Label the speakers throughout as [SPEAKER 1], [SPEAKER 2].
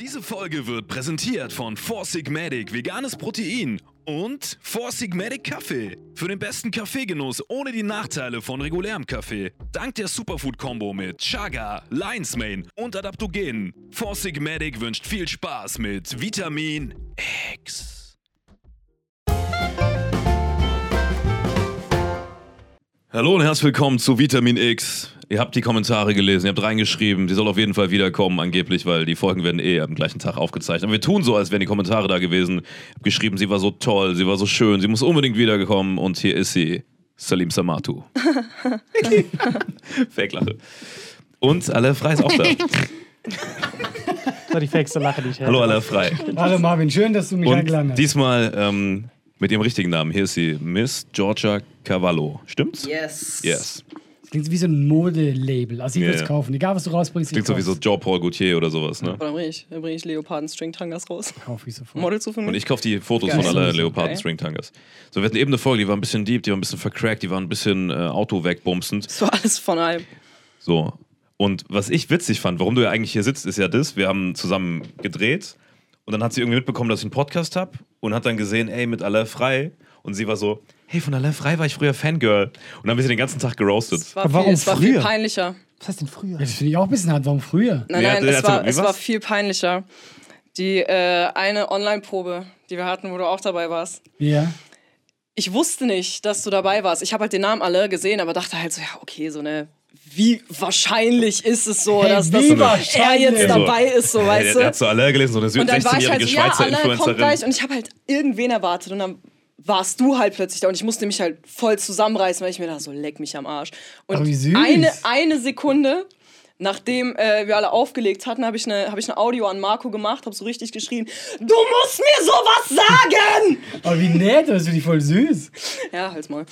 [SPEAKER 1] Diese Folge wird präsentiert von Four Sigmatic veganes Protein und Four Sigmatic Kaffee. Für den besten Kaffeegenuss ohne die Nachteile von regulärem Kaffee. Dank der Superfood Combo mit Chaga, Lion's Mane und Adaptogenen. Four Sigmatic wünscht viel Spaß mit Vitamin X. Hallo und herzlich willkommen zu Vitamin X. Ihr habt die Kommentare gelesen, ihr habt reingeschrieben, die soll auf jeden Fall wiederkommen, angeblich, weil die Folgen werden eh am gleichen Tag aufgezeichnet. Aber wir tun so, als wären die Kommentare da gewesen. Ich hab geschrieben, sie war so toll, sie war so schön, sie muss unbedingt wiederkommen und hier ist sie, Salim Samatu. Fake-Lache. Und alle frei ist auch da.
[SPEAKER 2] Das war die fähigste Lache, die ich hätte.
[SPEAKER 1] Hallo, alle frei.
[SPEAKER 3] Hallo Marvin, schön, dass du mich eingeladen
[SPEAKER 1] Und
[SPEAKER 3] hast.
[SPEAKER 1] diesmal ähm, mit ihrem richtigen Namen. Hier ist sie, Miss Georgia Cavallo. Stimmt's?
[SPEAKER 4] Yes.
[SPEAKER 1] Yes.
[SPEAKER 3] Das klingt wie so ein Modelabel. Also ich
[SPEAKER 1] Ja,
[SPEAKER 3] würde es
[SPEAKER 1] ja.
[SPEAKER 3] kaufen. Egal, was du rausbringst,
[SPEAKER 1] Klingt so wie
[SPEAKER 3] ich
[SPEAKER 1] so Jean-Paul Gaultier oder sowas, ne?
[SPEAKER 4] Und dann bringe ich, dann bring ich Leoparden-Stringtangas raus.
[SPEAKER 3] Kaufe ich sofort.
[SPEAKER 4] Model zu für mich?
[SPEAKER 1] Und ich kaufe die Fotos
[SPEAKER 4] Geil.
[SPEAKER 1] von aller
[SPEAKER 4] Sowieso.
[SPEAKER 1] Leoparden
[SPEAKER 4] Geil.
[SPEAKER 1] Stringtangas. So, wir hatten eben eine Folge, die war ein bisschen deep, die war ein bisschen vercrackt, die war ein bisschen äh, Auto wegbumsend.
[SPEAKER 4] das war alles von allem.
[SPEAKER 1] So. Und was ich witzig fand, warum du ja eigentlich hier sitzt, ist ja das, wir haben zusammen gedreht und dann hat sie irgendwie mitbekommen, dass ich einen Podcast habe und hat dann gesehen, ey, mit Alain Frei. Und sie war so, hey, von Alain Frei war ich früher Fangirl. Und dann haben wir sie den ganzen Tag geroastet.
[SPEAKER 4] Es war
[SPEAKER 2] Aber warum
[SPEAKER 4] viel, es war viel
[SPEAKER 2] früher?
[SPEAKER 4] peinlicher.
[SPEAKER 2] Was heißt denn früher?
[SPEAKER 3] Ja, das finde ich auch ein bisschen hart. Warum früher?
[SPEAKER 4] Nein,
[SPEAKER 1] Wer hat-
[SPEAKER 4] nein,
[SPEAKER 1] wer
[SPEAKER 4] es
[SPEAKER 1] hat
[SPEAKER 4] war,
[SPEAKER 1] so- wie
[SPEAKER 4] es war
[SPEAKER 1] war's?
[SPEAKER 4] viel peinlicher. Die äh, eine Online-Probe, die wir hatten, wo du auch dabei warst.
[SPEAKER 3] Ja.
[SPEAKER 4] Ich wusste nicht, dass du dabei warst. Ich habe halt den Namen alle gesehen, aber dachte halt so, ja, okay, so eine. Wie wahrscheinlich ist es so,
[SPEAKER 3] Hey,
[SPEAKER 4] dass, dass
[SPEAKER 3] wie
[SPEAKER 4] er
[SPEAKER 3] wahrscheinlich?
[SPEAKER 4] jetzt
[SPEAKER 3] Ja,
[SPEAKER 1] so.
[SPEAKER 4] dabei ist, so
[SPEAKER 1] Ey,
[SPEAKER 4] weißt
[SPEAKER 1] Also, der, der
[SPEAKER 4] du?
[SPEAKER 1] hat so Alain gelesen, so eine
[SPEAKER 4] Und dann war ich
[SPEAKER 1] 16-jährige
[SPEAKER 4] halt so, ja,
[SPEAKER 1] Schweizer
[SPEAKER 4] Anna kommt
[SPEAKER 1] Influencerin.
[SPEAKER 4] gleich. Und ich habe halt irgendwen erwartet. Und dann warst du halt plötzlich da. Und ich musste mich halt voll zusammenreißen, weil ich mir dachte, so leck mich am Arsch. Und
[SPEAKER 3] Aber wie süß.
[SPEAKER 4] Eine, eine Sekunde, nachdem äh, wir alle aufgelegt hatten, habe ich eine hab ich ne Audio an Marco gemacht, habe so richtig geschrien, du musst mir sowas sagen!
[SPEAKER 3] Aber wie nett, das finde ich voll süß.
[SPEAKER 4] ja, halt's mal.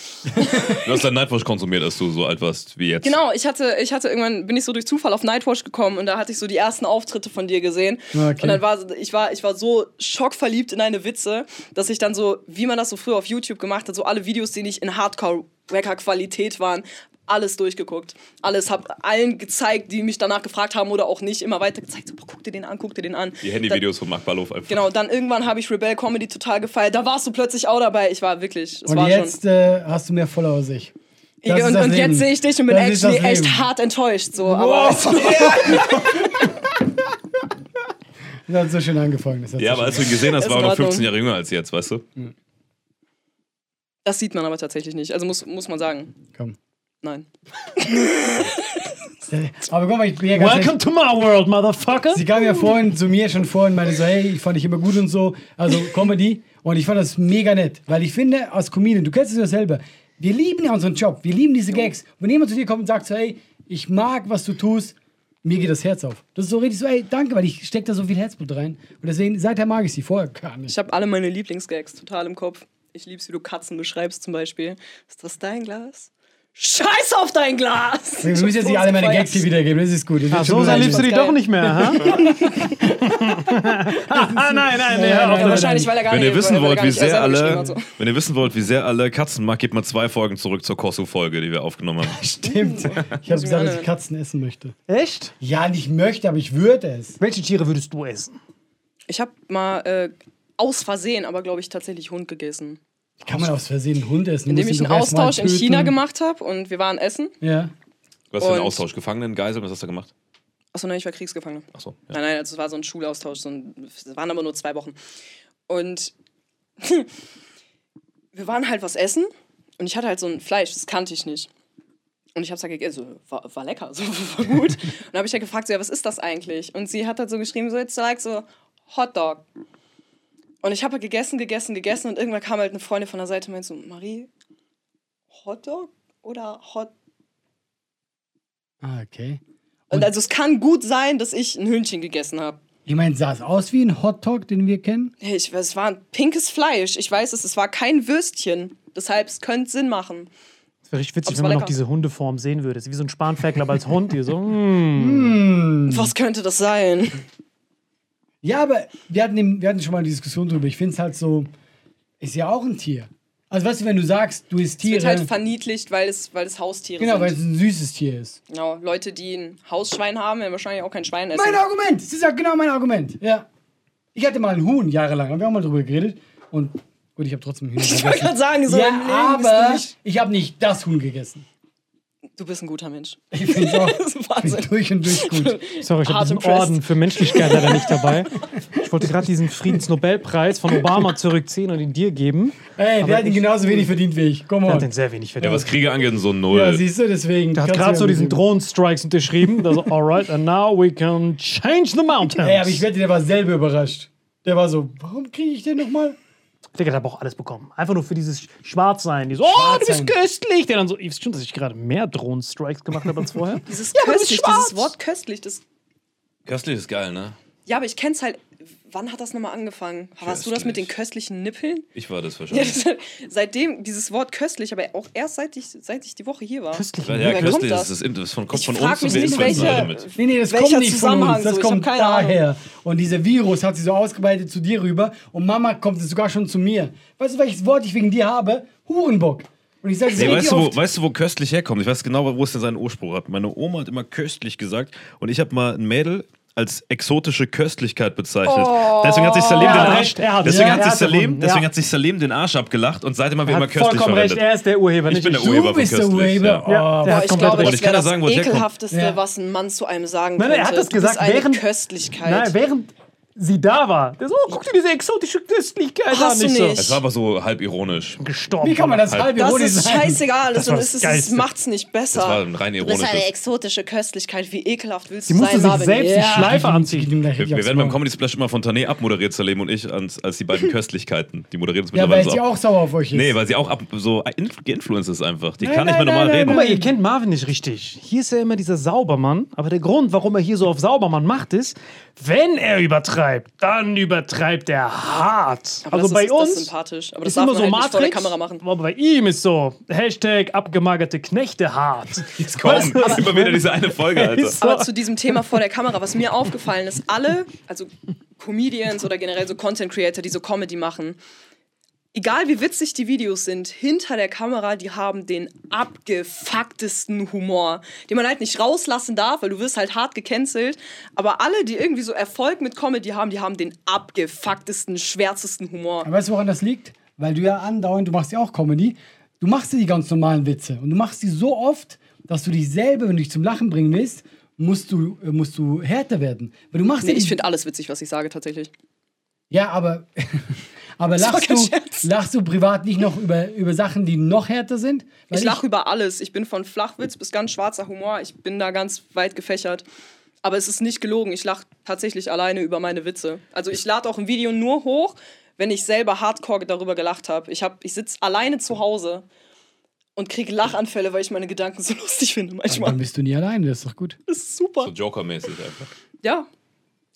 [SPEAKER 1] Du hast deinen Nightwatch konsumiert, als du so alt warst wie jetzt.
[SPEAKER 4] Genau, ich hatte, ich hatte irgendwann, bin ich so durch Zufall auf Nightwatch gekommen und da hatte ich so die ersten Auftritte von dir gesehen.
[SPEAKER 3] Okay.
[SPEAKER 4] Und dann war ich, war ich war so schockverliebt in deine Witze, dass ich dann so, wie man das so früher auf YouTube gemacht hat, so alle Videos, die nicht in Hardcore-Wacker-Qualität waren, alles durchgeguckt. Alles, hab allen gezeigt, die mich danach gefragt haben oder auch nicht, immer weiter gezeigt. So, boah, guck dir den an, guck dir den an.
[SPEAKER 1] Die
[SPEAKER 4] Dann-
[SPEAKER 1] Handyvideos von Mark Ballhof einfach.
[SPEAKER 4] Genau, dann irgendwann habe ich Rebel Comedy total gefeiert. Da warst du plötzlich auch dabei. Ich war wirklich, es
[SPEAKER 3] Und
[SPEAKER 4] war
[SPEAKER 3] jetzt äh, hast du mehr Follower als ich.
[SPEAKER 4] schon.
[SPEAKER 3] Das ist
[SPEAKER 4] und
[SPEAKER 3] das
[SPEAKER 4] und
[SPEAKER 3] Leben.
[SPEAKER 4] jetzt sehe ich dich und bin
[SPEAKER 3] Das ist
[SPEAKER 4] actually
[SPEAKER 3] das Leben.
[SPEAKER 4] echt hart enttäuscht. So, aber es war
[SPEAKER 3] Das hat so schön angefangen. Das hat
[SPEAKER 1] Ja,
[SPEAKER 3] so
[SPEAKER 1] aber als du ihn gesehen hast,
[SPEAKER 4] Ist
[SPEAKER 1] war er
[SPEAKER 4] in
[SPEAKER 1] noch
[SPEAKER 4] Ordnung.
[SPEAKER 1] 15 Jahre jünger als jetzt, weißt du?
[SPEAKER 4] Das sieht man aber tatsächlich nicht. Also muss, muss man sagen.
[SPEAKER 3] schön.
[SPEAKER 4] Nein.
[SPEAKER 3] Komm. Äh, Aber guck mal, ich bin ja ganz
[SPEAKER 2] Welcome to my world, motherfucker.
[SPEAKER 3] Sie kam ja vorhin zu mir schon vorhin, meinte so, hey, ich fand dich immer gut und so. Also Comedy. Und ich fand das mega nett. Weil ich finde, als Comedian, du kennst es ja selber, wir lieben ja unseren Job, wir lieben diese Gags. Wenn jemand zu dir kommt und sagt so, hey, ich mag, was du tust, mir geht das Herz auf. Das ist so richtig so, ey, danke, weil ich stecke da so viel Herzblut rein. Und deswegen, seither mag ich sie, vorher gar nicht.
[SPEAKER 4] Ich habe alle meine Lieblingsgags total im Kopf. Ich lieb's, wie du Katzen beschreibst zum Beispiel. Ist das dein Glas? Scheiß auf dein Glas!
[SPEAKER 3] Wir müssen jetzt nicht alle meine Gags hier wiedergeben, das ist gut. Das wird
[SPEAKER 2] Ach
[SPEAKER 3] schon
[SPEAKER 2] so, dann liebst du die
[SPEAKER 4] Geil.
[SPEAKER 2] doch nicht mehr, ha? ah, nein, nein, nee,
[SPEAKER 3] Ja,
[SPEAKER 2] hör auf
[SPEAKER 4] Ja,
[SPEAKER 2] damit.
[SPEAKER 4] wahrscheinlich, weil er gar
[SPEAKER 1] Wenn
[SPEAKER 4] nicht,
[SPEAKER 1] ihr wissen
[SPEAKER 4] weil er
[SPEAKER 1] wollt,
[SPEAKER 4] gar
[SPEAKER 1] wie
[SPEAKER 4] nicht
[SPEAKER 1] sehr
[SPEAKER 4] erst selber geschrieben
[SPEAKER 1] alle,
[SPEAKER 4] hat, so.
[SPEAKER 1] wenn ihr wissen wollt, wie sehr alle Katzen mag, gebt mal zwei Folgen zurück zur Kosso-Folge, die wir aufgenommen haben.
[SPEAKER 3] Stimmt. Ich habe
[SPEAKER 4] ich mir
[SPEAKER 3] gesagt, dass ich
[SPEAKER 4] anhören.
[SPEAKER 3] Katzen essen möchte.
[SPEAKER 2] Echt?
[SPEAKER 3] Ja, nicht möchte, aber ich würde es.
[SPEAKER 2] Welche Tiere würdest du essen?
[SPEAKER 4] Ich habe mal äh, aus Versehen, aber glaube ich, tatsächlich Hund gegessen.
[SPEAKER 3] Kann man aus Versehen einen Hund essen?
[SPEAKER 4] Indem
[SPEAKER 3] Muss
[SPEAKER 4] ich einen
[SPEAKER 3] doch erst mal
[SPEAKER 4] Austausch in
[SPEAKER 3] töten.
[SPEAKER 4] China gemacht habe und wir waren essen.
[SPEAKER 3] Ja.
[SPEAKER 1] Du hast ja einen
[SPEAKER 4] Und-
[SPEAKER 1] Austausch Gefangenen, Geiseln, was hast du da gemacht?
[SPEAKER 4] Achso, nein, ich war Kriegsgefangener.
[SPEAKER 1] Achso. Ja.
[SPEAKER 4] Nein, nein, also es war so ein Schulaustausch, so ein, es waren aber nur zwei Wochen. Und wir waren halt was essen und ich hatte halt so ein Fleisch, das kannte ich nicht. Und ich hab's halt gegessen, so, war, war lecker, so war gut. und dann habe ich halt gefragt, so, ja, was ist das eigentlich? Und sie hat halt so geschrieben, so, it's like so Hotdog. Und ich habe halt gegessen, gegessen, gegessen und irgendwann kam halt eine Freundin von der Seite und meinte so, Marie, Hotdog oder Hot
[SPEAKER 3] Ah, okay.
[SPEAKER 4] Und also es kann gut sein, dass ich ein Hühnchen gegessen habe.
[SPEAKER 3] Ich meine, sah es aus wie ein Hotdog, den wir kennen?
[SPEAKER 4] Hey, ich, es war ein pinkes Fleisch. Ich weiß es, es war kein Würstchen. Deshalb, es könnte Sinn machen.
[SPEAKER 2] Das wäre richtig
[SPEAKER 4] Aber
[SPEAKER 2] witzig,
[SPEAKER 4] es
[SPEAKER 2] wenn
[SPEAKER 4] war
[SPEAKER 2] man noch
[SPEAKER 4] lecker.
[SPEAKER 2] diese Hundeform sehen würde. Das ist Wie so ein Spanferkel, aber als Hund. Hier so, mm.
[SPEAKER 4] Was könnte das sein?
[SPEAKER 3] Ja, aber wir hatten, eben- wir hatten schon mal eine Diskussion drüber. Ich finde es halt so, ist ja auch ein Tier. Also weißt du, wenn du sagst, du isst
[SPEAKER 4] Es
[SPEAKER 3] Tiere.
[SPEAKER 4] wird halt verniedlicht, weil es, weil es Haustiere
[SPEAKER 3] genau, weil es
[SPEAKER 4] sind.
[SPEAKER 3] ein süßes Tier ist.
[SPEAKER 4] Genau, Leute, die ein Hausschwein haben, werden wahrscheinlich auch kein Schwein essen.
[SPEAKER 3] Mein Argument! Das ist ja genau mein Argument. Ja. Ich hatte mal einen Huhn jahrelang, haben wir auch mal drüber geredet. Und gut, ich habe trotzdem einen Huhn
[SPEAKER 4] ich wollte
[SPEAKER 3] gegessen.
[SPEAKER 4] gerade sagen, so im Leben
[SPEAKER 3] Ja,
[SPEAKER 4] bist du
[SPEAKER 3] aber
[SPEAKER 4] nicht.
[SPEAKER 3] ich habe nicht das Huhn gegessen.
[SPEAKER 4] Du bist ein guter Mensch.
[SPEAKER 3] Ich finde auch
[SPEAKER 4] Das ist
[SPEAKER 3] ich
[SPEAKER 4] Wahnsinn.
[SPEAKER 3] bin durch und durch gut.
[SPEAKER 2] Sorry, ich habe
[SPEAKER 4] Hard
[SPEAKER 2] diesen
[SPEAKER 4] impressed.
[SPEAKER 2] Orden für Menschlichkeit leider nicht dabei. Ich wollte gerade diesen Friedensnobelpreis von Obama zurückziehen und ihn dir geben.
[SPEAKER 3] Ey,
[SPEAKER 2] Aber
[SPEAKER 3] der hat ihn
[SPEAKER 2] ich-
[SPEAKER 3] genauso wenig verdient wie ich. Komm
[SPEAKER 2] Er hat den
[SPEAKER 3] on.
[SPEAKER 2] sehr wenig
[SPEAKER 1] Ja,
[SPEAKER 2] verdient.
[SPEAKER 1] was Kriege angeht, so null.
[SPEAKER 3] Ja, siehst du, deswegen.
[SPEAKER 2] Der hat
[SPEAKER 3] kannst du
[SPEAKER 2] gerade
[SPEAKER 3] ja
[SPEAKER 2] so diesen
[SPEAKER 3] mitnehmen.
[SPEAKER 2] Drohnenstrikes unterschrieben. Also, alright, and now we can change the mountains.
[SPEAKER 3] Ey, aber ich wette, der war selber überrascht. Der war so, warum kriege ich den nochmal?
[SPEAKER 2] Digga, der hat auch alles bekommen. Einfach nur für dieses Sch- Schwarzsein. Die so, oh, du
[SPEAKER 3] Schwarzsein.
[SPEAKER 2] bist köstlich. Der dann so, ich stimmt, dass ich gerade mehr Drohnenstrikes gemacht habe als vorher.
[SPEAKER 4] Dieses
[SPEAKER 2] Ja, aber du bist
[SPEAKER 4] köstlich,
[SPEAKER 2] schwarz.
[SPEAKER 4] dieses Wort köstlich, das.
[SPEAKER 1] Köstlich ist geil, ne?
[SPEAKER 4] Ja, aber ich kenn's halt. Wann hat das nochmal angefangen? Warst du das mit den köstlichen Nippeln?
[SPEAKER 1] Ich war das
[SPEAKER 4] Ja,
[SPEAKER 1] wahrscheinlich.
[SPEAKER 4] das, seitdem dieses Wort köstlich, aber auch erst seit ich, seit ich die Woche hier war.
[SPEAKER 2] Köstlich.
[SPEAKER 1] Ja,
[SPEAKER 4] Woher kommt
[SPEAKER 1] köstlich
[SPEAKER 4] das?
[SPEAKER 1] ist das, Int- das von, kommt
[SPEAKER 4] Ich
[SPEAKER 1] von
[SPEAKER 4] frag
[SPEAKER 1] uns und
[SPEAKER 4] mich
[SPEAKER 1] wir
[SPEAKER 4] nicht,
[SPEAKER 1] influenzen
[SPEAKER 4] welcher-
[SPEAKER 1] alle mit.
[SPEAKER 3] Nee, nee, das
[SPEAKER 4] Welcher
[SPEAKER 3] kommt nicht von
[SPEAKER 4] Zusammenhang
[SPEAKER 3] uns, das
[SPEAKER 4] so? Ich hab
[SPEAKER 3] kommt
[SPEAKER 4] keine Ahnung.
[SPEAKER 3] daher. Und dieser Virus hat sich so ausgebreitet zu dir rüber und Mama kommt jetzt sogar schon zu mir. Weißt du, welches Wort ich wegen dir habe? Hurenbock. Und ich sage,
[SPEAKER 1] Nee, weißt, du,
[SPEAKER 3] oft,
[SPEAKER 1] wo, weißt du, wo köstlich herkommt? Ich weiß genau, wo es denn seinen Ursprung hat. Meine Oma hat immer köstlich gesagt und ich habe mal ein Mädel als exotische Köstlichkeit bezeichnet. Deswegen hat sich Salim
[SPEAKER 2] Oh. Er
[SPEAKER 1] den
[SPEAKER 2] hat
[SPEAKER 1] Arsch,
[SPEAKER 2] recht, er hat-
[SPEAKER 1] deswegen
[SPEAKER 2] ja,
[SPEAKER 1] hat
[SPEAKER 2] er
[SPEAKER 1] sich
[SPEAKER 2] hat
[SPEAKER 1] Salim,
[SPEAKER 2] erfunden,
[SPEAKER 1] deswegen
[SPEAKER 2] ja.
[SPEAKER 1] hat sich Salim den Arsch abgelacht und seitdem haben wir
[SPEAKER 2] Er
[SPEAKER 1] immer
[SPEAKER 2] hat
[SPEAKER 1] köstlich
[SPEAKER 2] vollkommen
[SPEAKER 1] verwendet.
[SPEAKER 2] recht, er ist der Urheber.
[SPEAKER 1] ich
[SPEAKER 2] Nicht
[SPEAKER 1] bin der
[SPEAKER 2] ich.
[SPEAKER 1] Urheber
[SPEAKER 3] du bist
[SPEAKER 1] von
[SPEAKER 3] der
[SPEAKER 1] köstlich.
[SPEAKER 3] Urheber.
[SPEAKER 1] Ja.
[SPEAKER 2] Ja,
[SPEAKER 3] Oh,
[SPEAKER 2] der
[SPEAKER 4] Boah,
[SPEAKER 2] hat
[SPEAKER 4] ich
[SPEAKER 2] komplett
[SPEAKER 4] glaube,
[SPEAKER 1] recht.
[SPEAKER 4] das
[SPEAKER 1] Ich kann
[SPEAKER 2] recht.
[SPEAKER 1] ja
[SPEAKER 4] wäre das
[SPEAKER 1] sagen, wo es herkommt.
[SPEAKER 4] ekelhafteste,
[SPEAKER 3] Ja.
[SPEAKER 4] was ein Mann zu einem sagen
[SPEAKER 2] Nein,
[SPEAKER 4] könnte.
[SPEAKER 2] nein, er hat das
[SPEAKER 4] du bist
[SPEAKER 2] gesagt,
[SPEAKER 4] eine
[SPEAKER 2] während-
[SPEAKER 4] Köstlichkeit.
[SPEAKER 2] Nein, während sie da war. Der so, oh, guck dir diese exotische Köstlichkeit
[SPEAKER 4] Hast
[SPEAKER 2] an.
[SPEAKER 4] du
[SPEAKER 2] Ich
[SPEAKER 4] nicht.
[SPEAKER 2] So,
[SPEAKER 1] Es war aber so halb ironisch.
[SPEAKER 2] gestorben.
[SPEAKER 3] Wie kann man das
[SPEAKER 1] Halt.
[SPEAKER 3] halb
[SPEAKER 4] das
[SPEAKER 3] ironisch
[SPEAKER 4] ist
[SPEAKER 3] sein?
[SPEAKER 4] scheißegal, also das,
[SPEAKER 2] war
[SPEAKER 4] ist,
[SPEAKER 2] das
[SPEAKER 4] es ist,
[SPEAKER 2] Geilste.
[SPEAKER 4] macht's nicht besser.
[SPEAKER 1] Das war ein rein
[SPEAKER 4] du bist eine
[SPEAKER 1] ironisches.
[SPEAKER 4] exotische Köstlichkeit. Wie ekelhaft willst
[SPEAKER 2] Sie
[SPEAKER 4] du
[SPEAKER 2] musste
[SPEAKER 4] sein,
[SPEAKER 2] sich
[SPEAKER 4] Marvin?
[SPEAKER 2] selbst die
[SPEAKER 4] Ja.
[SPEAKER 2] Schleife
[SPEAKER 3] Ich
[SPEAKER 2] anziehen.
[SPEAKER 3] nehm gleich
[SPEAKER 1] Wir,
[SPEAKER 3] richtig
[SPEAKER 1] wir
[SPEAKER 3] aufs
[SPEAKER 1] werden beim
[SPEAKER 3] Maul.
[SPEAKER 1] Comedy Splash immer von Tané abmoderiert, Salim und ich, als, als die beiden Köstlichkeiten. Die moderieren uns
[SPEAKER 3] Ja, weil
[SPEAKER 1] mittlerweile
[SPEAKER 3] sie
[SPEAKER 1] so ab.
[SPEAKER 3] auch sauer auf euch ist.
[SPEAKER 1] Nee, weil sie auch ab, so inf- geinfluenced ist einfach. Die
[SPEAKER 3] Nein,
[SPEAKER 1] kann nicht mehr
[SPEAKER 3] nein,
[SPEAKER 1] normal
[SPEAKER 3] nein,
[SPEAKER 1] reden.
[SPEAKER 2] Guck mal, ihr
[SPEAKER 4] Hm.
[SPEAKER 2] kennt Marvin nicht richtig. Hier ist ja immer dieser Saubermann. Aber der Grund, warum er hier so auf Saubermann macht, ist, wenn er übertreibt, dann übertreibt er hart.
[SPEAKER 4] Aber
[SPEAKER 2] also
[SPEAKER 4] das
[SPEAKER 2] bei
[SPEAKER 4] ist,
[SPEAKER 2] uns.
[SPEAKER 4] Das ist sympathisch. Aber das
[SPEAKER 2] ist
[SPEAKER 4] darf
[SPEAKER 2] immer
[SPEAKER 4] man
[SPEAKER 2] so
[SPEAKER 4] halt nicht vor der
[SPEAKER 2] Matrix,
[SPEAKER 4] Kamera machen.
[SPEAKER 2] aber bei ihm ist so Hashtag abgemagerte Knechte hart.
[SPEAKER 1] Jetzt komm, immer wieder diese eine Folge, Alter.
[SPEAKER 2] Ist so.
[SPEAKER 4] Aber zu diesem Thema vor der Kamera, was mir aufgefallen ist, alle, also Comedians oder generell so Content Creator, die so Comedy machen, egal wie witzig die Videos sind, hinter der Kamera, die haben den abgefucktesten Humor, den man halt nicht rauslassen darf, weil du wirst halt hart gecancelt. Aber alle, die irgendwie so Erfolg mit Comedy haben, die haben den abgefucktesten, schwärzesten Humor.
[SPEAKER 3] Aber weißt du, woran das liegt? Weil du ja andauernd, du machst ja auch Comedy, du machst ja die ganz normalen Witze. Und du machst die so oft, dass du dich selber, wenn du dich zum Lachen bringen willst, musst du, äh, musst du härter werden. Weil du machst
[SPEAKER 4] Nee,
[SPEAKER 3] ja
[SPEAKER 4] ich
[SPEAKER 3] die-
[SPEAKER 4] finde alles witzig, was ich sage, tatsächlich.
[SPEAKER 3] Ja, aber, aber
[SPEAKER 4] Das war
[SPEAKER 3] lachst,
[SPEAKER 4] kein Scherz.
[SPEAKER 3] du, lachst du privat nicht noch über, über Sachen, die noch härter sind? Weil
[SPEAKER 4] Ich lache über alles. Ich bin von Flachwitz bis ganz schwarzer Humor. Ich bin da ganz weit gefächert. Aber es ist nicht gelogen. Ich lache tatsächlich alleine über meine Witze. Also ich lade auch ein Video nur hoch, wenn ich selber hardcore darüber gelacht habe. Ich, hab, ich sitze alleine zu Hause und kriege Lachanfälle, weil ich meine Gedanken so lustig finde
[SPEAKER 3] Dann
[SPEAKER 4] manchmal.
[SPEAKER 3] bist du nie alleine, das ist doch gut.
[SPEAKER 4] Das ist super.
[SPEAKER 1] So Joker-mäßig einfach.
[SPEAKER 4] Ja,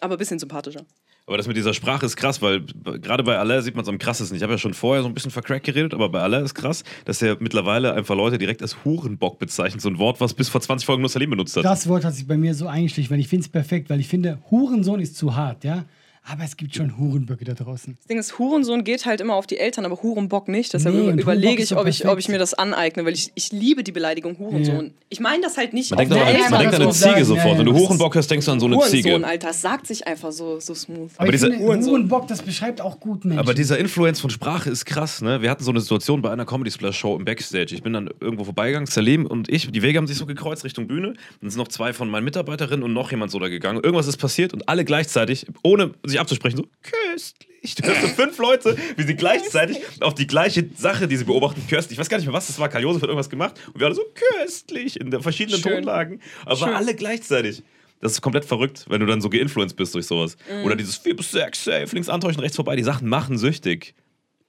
[SPEAKER 4] aber ein bisschen sympathischer.
[SPEAKER 1] Aber das mit dieser Sprache ist krass, weil b- gerade bei Aller sieht man es am krassesten. Ich habe ja schon vorher so ein bisschen vercrack geredet, aber bei Aller ist krass, dass er mittlerweile einfach Leute direkt als Hurenbock bezeichnet. So ein Wort, was bis vor 20 Folgen nur Salim benutzt hat.
[SPEAKER 3] Das Wort hat sich bei mir so eingeschlichen, weil ich finde es perfekt, weil ich finde, Hurensohn ist zu hart, ja? Aber es gibt schon Hurenböcke da draußen.
[SPEAKER 4] Das Ding ist, Hurensohn geht halt immer auf die Eltern, aber Hurenbock nicht. Deshalb
[SPEAKER 3] Nee, und Hurenbock
[SPEAKER 4] überlege
[SPEAKER 3] ist
[SPEAKER 4] ich
[SPEAKER 3] doch
[SPEAKER 4] ob, ich, ob ich
[SPEAKER 3] perfekt.
[SPEAKER 4] mir das aneigne, weil ich, ich liebe die Beleidigung Hurensohn. Ich meine das halt nicht.
[SPEAKER 1] Man denkt,
[SPEAKER 4] auf
[SPEAKER 1] an,
[SPEAKER 4] die
[SPEAKER 3] Ja,
[SPEAKER 1] man denkt an eine
[SPEAKER 3] das muss
[SPEAKER 1] Ziege
[SPEAKER 3] sein. Ja,
[SPEAKER 1] sofort.
[SPEAKER 3] ja.
[SPEAKER 1] Wenn du Hurenbock hörst, denkst du an so eine
[SPEAKER 4] Hurensohn,
[SPEAKER 1] Ziege.
[SPEAKER 4] Alter. Das sagt sich einfach so, so smooth.
[SPEAKER 3] Aber, ich
[SPEAKER 1] dieser-
[SPEAKER 3] finde, Hurenbock, das beschreibt auch gut Menschen.
[SPEAKER 1] Aber dieser Influence von Sprache ist krass, ne? Wir hatten so eine Situation bei einer Comedy Splash Show im Backstage. Ich bin dann irgendwo vorbeigegangen, Salim und ich, die Wege haben sich so gekreuzt Richtung Bühne. Dann sind noch zwei von meinen Mitarbeiterinnen und noch jemand so da gegangen. Irgendwas ist passiert und alle gleichzeitig, ohne sich abzusprechen, so köstlich. Du hörst so fünf Leute, wie sie gleichzeitig auf die gleiche Sache, die sie beobachten, köstlich. Ich weiß gar nicht mehr, was das war. Karl Josef hat irgendwas gemacht und wir alle so köstlich in der verschiedenen
[SPEAKER 4] Schön.
[SPEAKER 1] Tonlagen. Aber
[SPEAKER 4] Schön.
[SPEAKER 1] alle gleichzeitig. Das ist komplett verrückt, wenn du dann so geinfluenced bist durch sowas.
[SPEAKER 3] Mhm.
[SPEAKER 1] Oder dieses 4 bis 6, safe, links antäuschen, rechts vorbei. Die Sachen machen süchtig.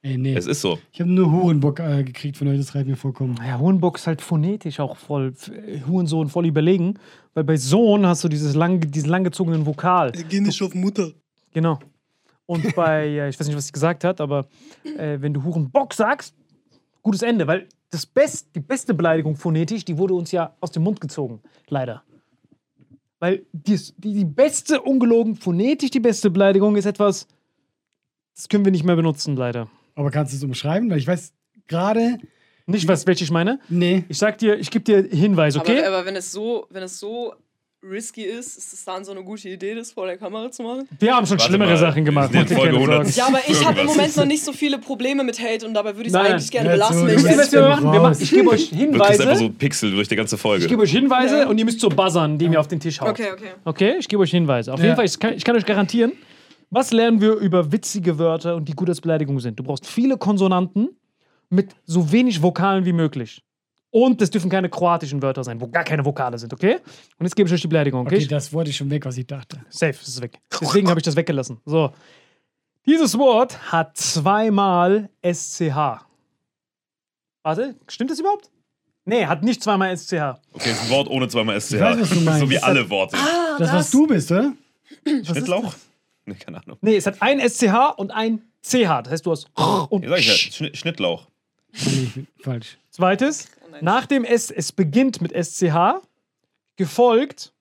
[SPEAKER 3] Ey, nee.
[SPEAKER 1] Es ist so.
[SPEAKER 3] Ich habe nur Hurenbock äh, gekriegt von euch, das reicht mir vollkommen.
[SPEAKER 2] Ja, Hurenbock ist halt phonetisch auch voll, äh, Hurensohn voll überlegen, weil bei Sohn hast du dieses lang, diesen langgezogenen Vokal.
[SPEAKER 4] Äh, Genisch auf Mutter.
[SPEAKER 2] Genau. Und bei, äh, ich weiß nicht, was sie gesagt hat, aber äh, wenn du Hurenbock sagst, gutes Ende, weil das Best, die beste Beleidigung phonetisch, die wurde uns ja aus dem Mund gezogen, leider. Weil die, die, die beste, ungelogen phonetisch, die beste Beleidigung ist etwas, das können wir nicht mehr benutzen, leider.
[SPEAKER 3] Aber kannst du es umschreiben? Weil ich weiß, gerade.
[SPEAKER 2] Nicht, was, welche ich meine.
[SPEAKER 3] Nee.
[SPEAKER 2] Ich sag dir, ich gebe dir Hinweis, okay?
[SPEAKER 4] Aber, aber wenn, es so, wenn es so risky ist, ist es dann so eine gute Idee, das vor der Kamera zu machen?
[SPEAKER 2] Wir haben schon
[SPEAKER 1] Warte
[SPEAKER 2] schlimmere
[SPEAKER 1] mal,
[SPEAKER 2] Sachen
[SPEAKER 1] wir
[SPEAKER 2] gemacht.
[SPEAKER 1] sind in
[SPEAKER 2] mach dir
[SPEAKER 1] Folge
[SPEAKER 2] keine Sorgen.
[SPEAKER 1] 100.
[SPEAKER 4] Ja, aber ich habe im
[SPEAKER 1] Irgendwas.
[SPEAKER 4] Moment noch nicht so viele Probleme mit Hate und dabei würde ich es
[SPEAKER 2] Nein.
[SPEAKER 4] eigentlich gerne
[SPEAKER 3] Ja,
[SPEAKER 4] belassen.
[SPEAKER 3] so,
[SPEAKER 4] wenn
[SPEAKER 3] du
[SPEAKER 4] ich
[SPEAKER 2] Wisst ihr, was
[SPEAKER 4] jetzt-
[SPEAKER 2] wir machen? Wir machen ich gebe euch
[SPEAKER 1] Du kriegst einfach
[SPEAKER 2] Hinweise.
[SPEAKER 1] so Pixel durch die ganze Folge.
[SPEAKER 2] Ich gebe euch Hinweise
[SPEAKER 4] Ja.
[SPEAKER 2] und ihr müsst so buzzern, die mir auf den Tisch hauen.
[SPEAKER 4] Okay, okay.
[SPEAKER 2] Okay, ich gebe euch Hinweise. Auf
[SPEAKER 3] Ja.
[SPEAKER 2] jeden Fall, ich kann, ich kann euch garantieren, was lernen wir über witzige Wörter und die gut als Beleidigung sind? Du brauchst viele Konsonanten mit so wenig Vokalen wie möglich. Und es dürfen keine kroatischen Wörter sein, wo gar keine Vokale sind, okay? Und jetzt gebe ich euch die Beleidigung, okay?
[SPEAKER 3] Okay,
[SPEAKER 2] Ich-
[SPEAKER 3] das wollte ich schon weg, was ich dachte.
[SPEAKER 2] Safe, es ist weg. Deswegen habe ich das weggelassen. So. Dieses Wort hat zweimal SCH. Warte, stimmt das überhaupt? Nee, hat nicht zweimal SCH.
[SPEAKER 1] Okay, ist ein Wort ohne zweimal SCH.
[SPEAKER 3] Ich weiß, was du meinst.
[SPEAKER 1] So wie alle Worte.
[SPEAKER 3] Das, Ah, was du bist, oder?
[SPEAKER 1] Schnittlauch? Nee, keine Ahnung.
[SPEAKER 2] Nee, es hat ein SCH und ein CH. Das heißt, du hast und
[SPEAKER 1] Ja, sag ich ja, Schnitt, Schnittlauch.
[SPEAKER 3] Nee, ich bin falsch.
[SPEAKER 2] Zweites,
[SPEAKER 4] nein.
[SPEAKER 2] nach dem S, es beginnt mit SCH, gefolgt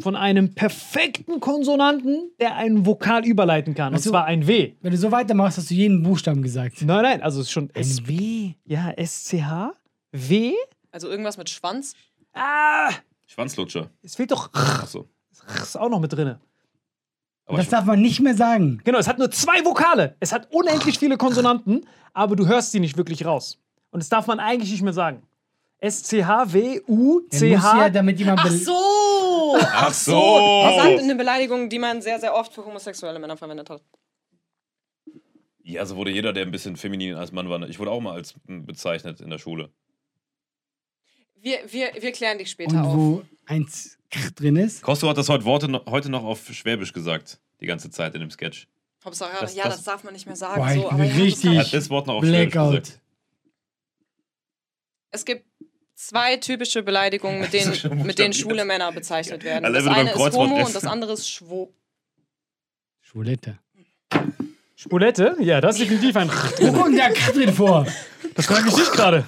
[SPEAKER 2] von einem perfekten Konsonanten, der einen Vokal überleiten kann. Und
[SPEAKER 3] so.
[SPEAKER 2] zwar ein W.
[SPEAKER 3] Wenn du so weitermachst, hast du jeden Buchstaben gesagt.
[SPEAKER 2] Nein, nein, also es ist schon S,
[SPEAKER 3] W.
[SPEAKER 2] ja, SCH, W.
[SPEAKER 4] Also irgendwas mit Schwanz?
[SPEAKER 2] Ah,
[SPEAKER 1] Schwanzlutscher.
[SPEAKER 2] es fehlt doch
[SPEAKER 1] Achso.
[SPEAKER 2] ist auch noch mit drin.
[SPEAKER 1] Aber
[SPEAKER 3] Das darf man nicht mehr sagen.
[SPEAKER 2] Genau, es hat nur zwei Vokale. Es hat unendlich viele Konsonanten, aber du hörst sie nicht wirklich raus. Und das darf man eigentlich nicht mehr sagen.
[SPEAKER 3] Dann muss ja,
[SPEAKER 2] S-C-H-W-U-C-H.
[SPEAKER 3] damit jemand
[SPEAKER 4] Ach
[SPEAKER 3] bel-
[SPEAKER 4] so!
[SPEAKER 1] Ach
[SPEAKER 4] Das ist
[SPEAKER 1] so!
[SPEAKER 4] eine Beleidigung, die man sehr, sehr oft für homosexuelle Männer verwendet hat.
[SPEAKER 1] Ja, so wurde jeder, der ein bisschen feminin als Mann war. ne? Ich wurde auch mal als m, bezeichnet in der Schule.
[SPEAKER 4] Wir, wir, wir klären dich später
[SPEAKER 3] Und
[SPEAKER 4] auf.
[SPEAKER 3] wo eins krr drin ist.
[SPEAKER 1] Kosto hat das heute, Worte no, heute noch auf Schwäbisch gesagt. Die ganze Zeit in dem Sketch.
[SPEAKER 4] Hauptsache,
[SPEAKER 1] Das-
[SPEAKER 4] ja,
[SPEAKER 1] das-
[SPEAKER 4] das, darf man nicht mehr sagen.
[SPEAKER 3] Boah, ich
[SPEAKER 4] so,
[SPEAKER 3] bin
[SPEAKER 4] aber ja, das
[SPEAKER 3] richtig-
[SPEAKER 4] kann-
[SPEAKER 1] Hat das Wort noch auf Schwäbisch
[SPEAKER 3] Blackout.
[SPEAKER 1] gesagt.
[SPEAKER 4] Es gibt zwei typische Beleidigungen, mit
[SPEAKER 1] Das ist schon
[SPEAKER 4] denen, mit denen
[SPEAKER 1] buchstabiert.
[SPEAKER 4] schwule Männer bezeichnet werden.
[SPEAKER 1] Allein
[SPEAKER 4] Das
[SPEAKER 1] Also wenn du beim
[SPEAKER 4] eine ist
[SPEAKER 1] Kreuzwort
[SPEAKER 4] Homo
[SPEAKER 1] lässt.
[SPEAKER 4] und das andere ist Schwo.
[SPEAKER 3] Schwulette.
[SPEAKER 2] Spulette? Ja, das ist definitiv ein.
[SPEAKER 3] Wo kommt der krr drin vor?
[SPEAKER 2] Das frage ich dich gerade.